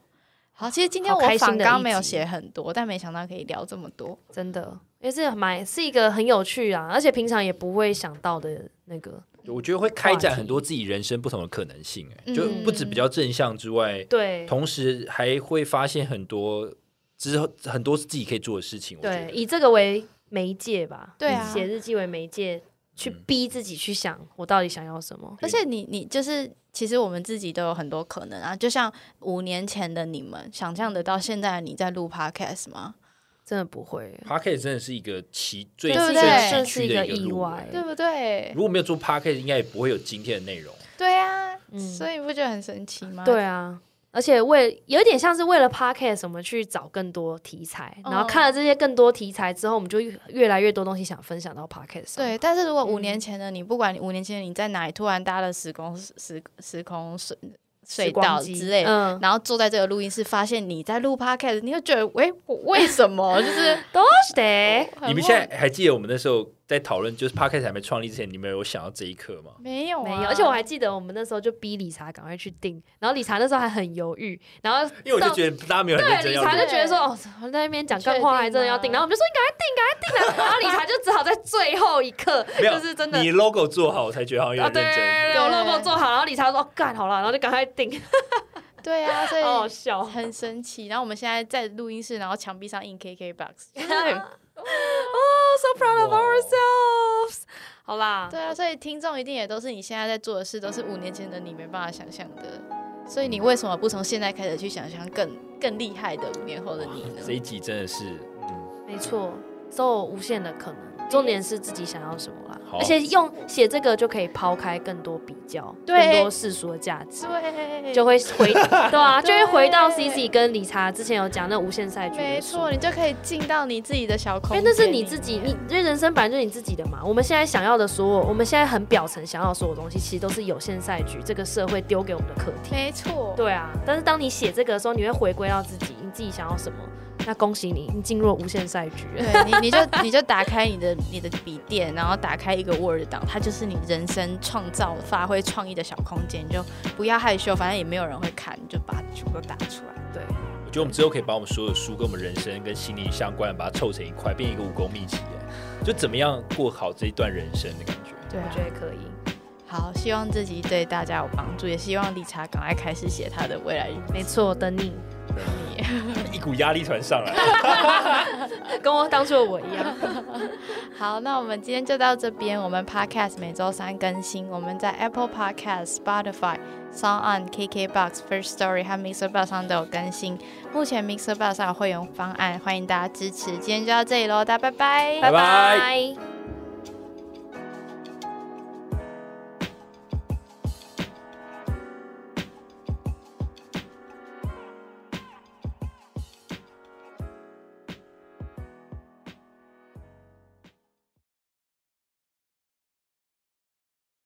S1: 好，其实今天
S2: 好
S1: 我
S2: 开心
S1: 访
S2: 的
S1: 纲
S2: 一
S1: 没有
S2: 集
S1: 写很多，但没想到可以聊这么多。
S2: 真的，因为这蛮是一个很有趣啊，而且平常也不会想到的那个。
S3: 我觉得会开展
S2: 话题
S3: 很多自己人生不同的可能性，哎，
S1: 嗯
S3: 就不止比较正向之外，
S2: 对
S3: 同时还会发现很多之后很多自己可以做的事情。我觉
S2: 对，
S3: 得
S2: 以这个为媒介吧，
S1: 对
S2: 以
S1: 啊
S2: 写日记为媒介，去
S3: 嗯
S2: 逼自己去想我到底想要什么。
S1: 而且你你就是，其实我们自己都有很多可能啊。就像五年前的你们，想象得到现在的你在录 podcast 吗？
S2: 真的不会，
S3: Pocket 真的是一个奇最
S1: 对不
S3: 最
S1: 对
S3: 崎
S2: 这是
S3: 岖
S2: 一
S3: 的
S2: 个
S3: 一个
S2: 意
S3: 路
S2: 外
S3: 哎
S1: 对不对？
S3: 如果没有做 Pocket，应该也不会有今天的内容。
S1: 对啊，
S2: 嗯
S1: 所以你不觉得很神奇吗？
S2: 对啊。而且为有点像是为了 podcast，我们去找更多题材，
S1: 嗯
S2: 然后看了这些更多题材之后，我们就越来越多东西想分享到 podcast 上。
S1: 对，但是如果五
S2: 嗯
S1: 年前的你，不管你五年前的你在哪里，突然搭了时空时时空隧
S2: 时
S1: 隧
S2: 光
S1: 道
S2: 机
S1: 之类的，
S2: 嗯，
S1: 然后坐在这个录音室，发现你在录 podcast，你会觉得，喂，我为什么？ 就是
S2: 都是的，
S1: 很
S3: 你们
S1: 莫
S3: 现在还记得我们那时候在讨论，就是 Pocket 还没创立之前，你们有想到这一刻吗？
S1: 没有、啊、
S2: 没有。而且我还记得我们那时候就逼理查赶快去订，然后理查那时候还很犹豫，然后
S3: 因为我
S2: 到
S3: 就觉得大家没有很认
S2: 对，
S3: 真
S2: 理
S3: 要
S2: 查
S3: 录
S2: 就觉得说，哦，我在那边讲干话还真的要定，
S1: 你确定吗
S2: 然后我们就说你赶快定，赶快定啊！然后理查就只好在最后一刻，
S3: 没有
S2: 就是真的。
S3: 你 logo 做好，我才觉得好像
S2: 啊，
S3: 有
S2: 对
S3: 点认真。
S2: 对对，我 logo 做好，然后理查说：“哦，干好了，然后就赶快定，
S1: 对 啊，所
S2: 好好
S1: 以
S2: 笑。
S1: 很神奇。然后我们现在在录音室，然后墙壁 上印 KK box，对
S2: So proud of
S3: 哇
S2: ourselves。”好啦，
S1: 对啊，所以听众一定也都是你现在在做的事，都是五年前的你没办法想象的。所以你为什么不从现在开始去想象更更厉害的五年后的你呢？
S3: 这一集真的是，嗯，
S2: 没错，都有无限的可能。重点是自己想要什么啦，
S3: 好
S2: 而且用写这个就可以抛开更多比较，
S1: 对
S2: 更多世俗的价值。
S1: 对，
S2: 就会回对啊，就
S1: 对
S2: 会回到 C C 跟理查之前有讲那无限赛局，
S1: 没错，，你就可以进到你自己的小空
S2: 因
S1: 间
S2: 为
S1: 里面。
S2: 那是你自己，你因为人生本来就是你自己的嘛。我们现在想要的所有，我们现在很表层想要的所有东西，其实都是有限赛局这个社会丢给我们的课题。
S1: 没错，
S2: 对啊，但是当你写这个的时候，你会回归到自己，你自己想要什么，那恭喜你，你进入了无限赛 局。
S1: 对你，你就你就打开你的你的笔电，然后打开一个 Word 档，它就是你人生创造、发挥创意的小空间。你就不要害羞，反正也没有人会看，你就把它全部都打出来。
S2: 对，啊
S3: 我觉得我们之后可以把我们所有的书跟我们人生跟心灵相关的，把它凑成一块，变一个武功秘籍，哎就怎么样过好这一段人生的感觉。
S1: 对
S2: 我觉得可以，
S1: 好，希望自己对大家有帮助，也希望理查赶快开始写他的未来日
S2: 没错，等你。
S1: 记。
S3: 一股压力突然上来。
S2: 跟我当初的我一样。
S1: 好，那我们今天就到这边。我们 Podcast 每周三更新，我们在 Apple Podcast、Spotify、Sound On、KKBox、First Story 和 Mixer Box 上都有更新。目前 Mixer Box 上有会员方案，欢迎大家支持。今天就到这里喽，大家拜拜，
S3: 拜拜
S2: 拜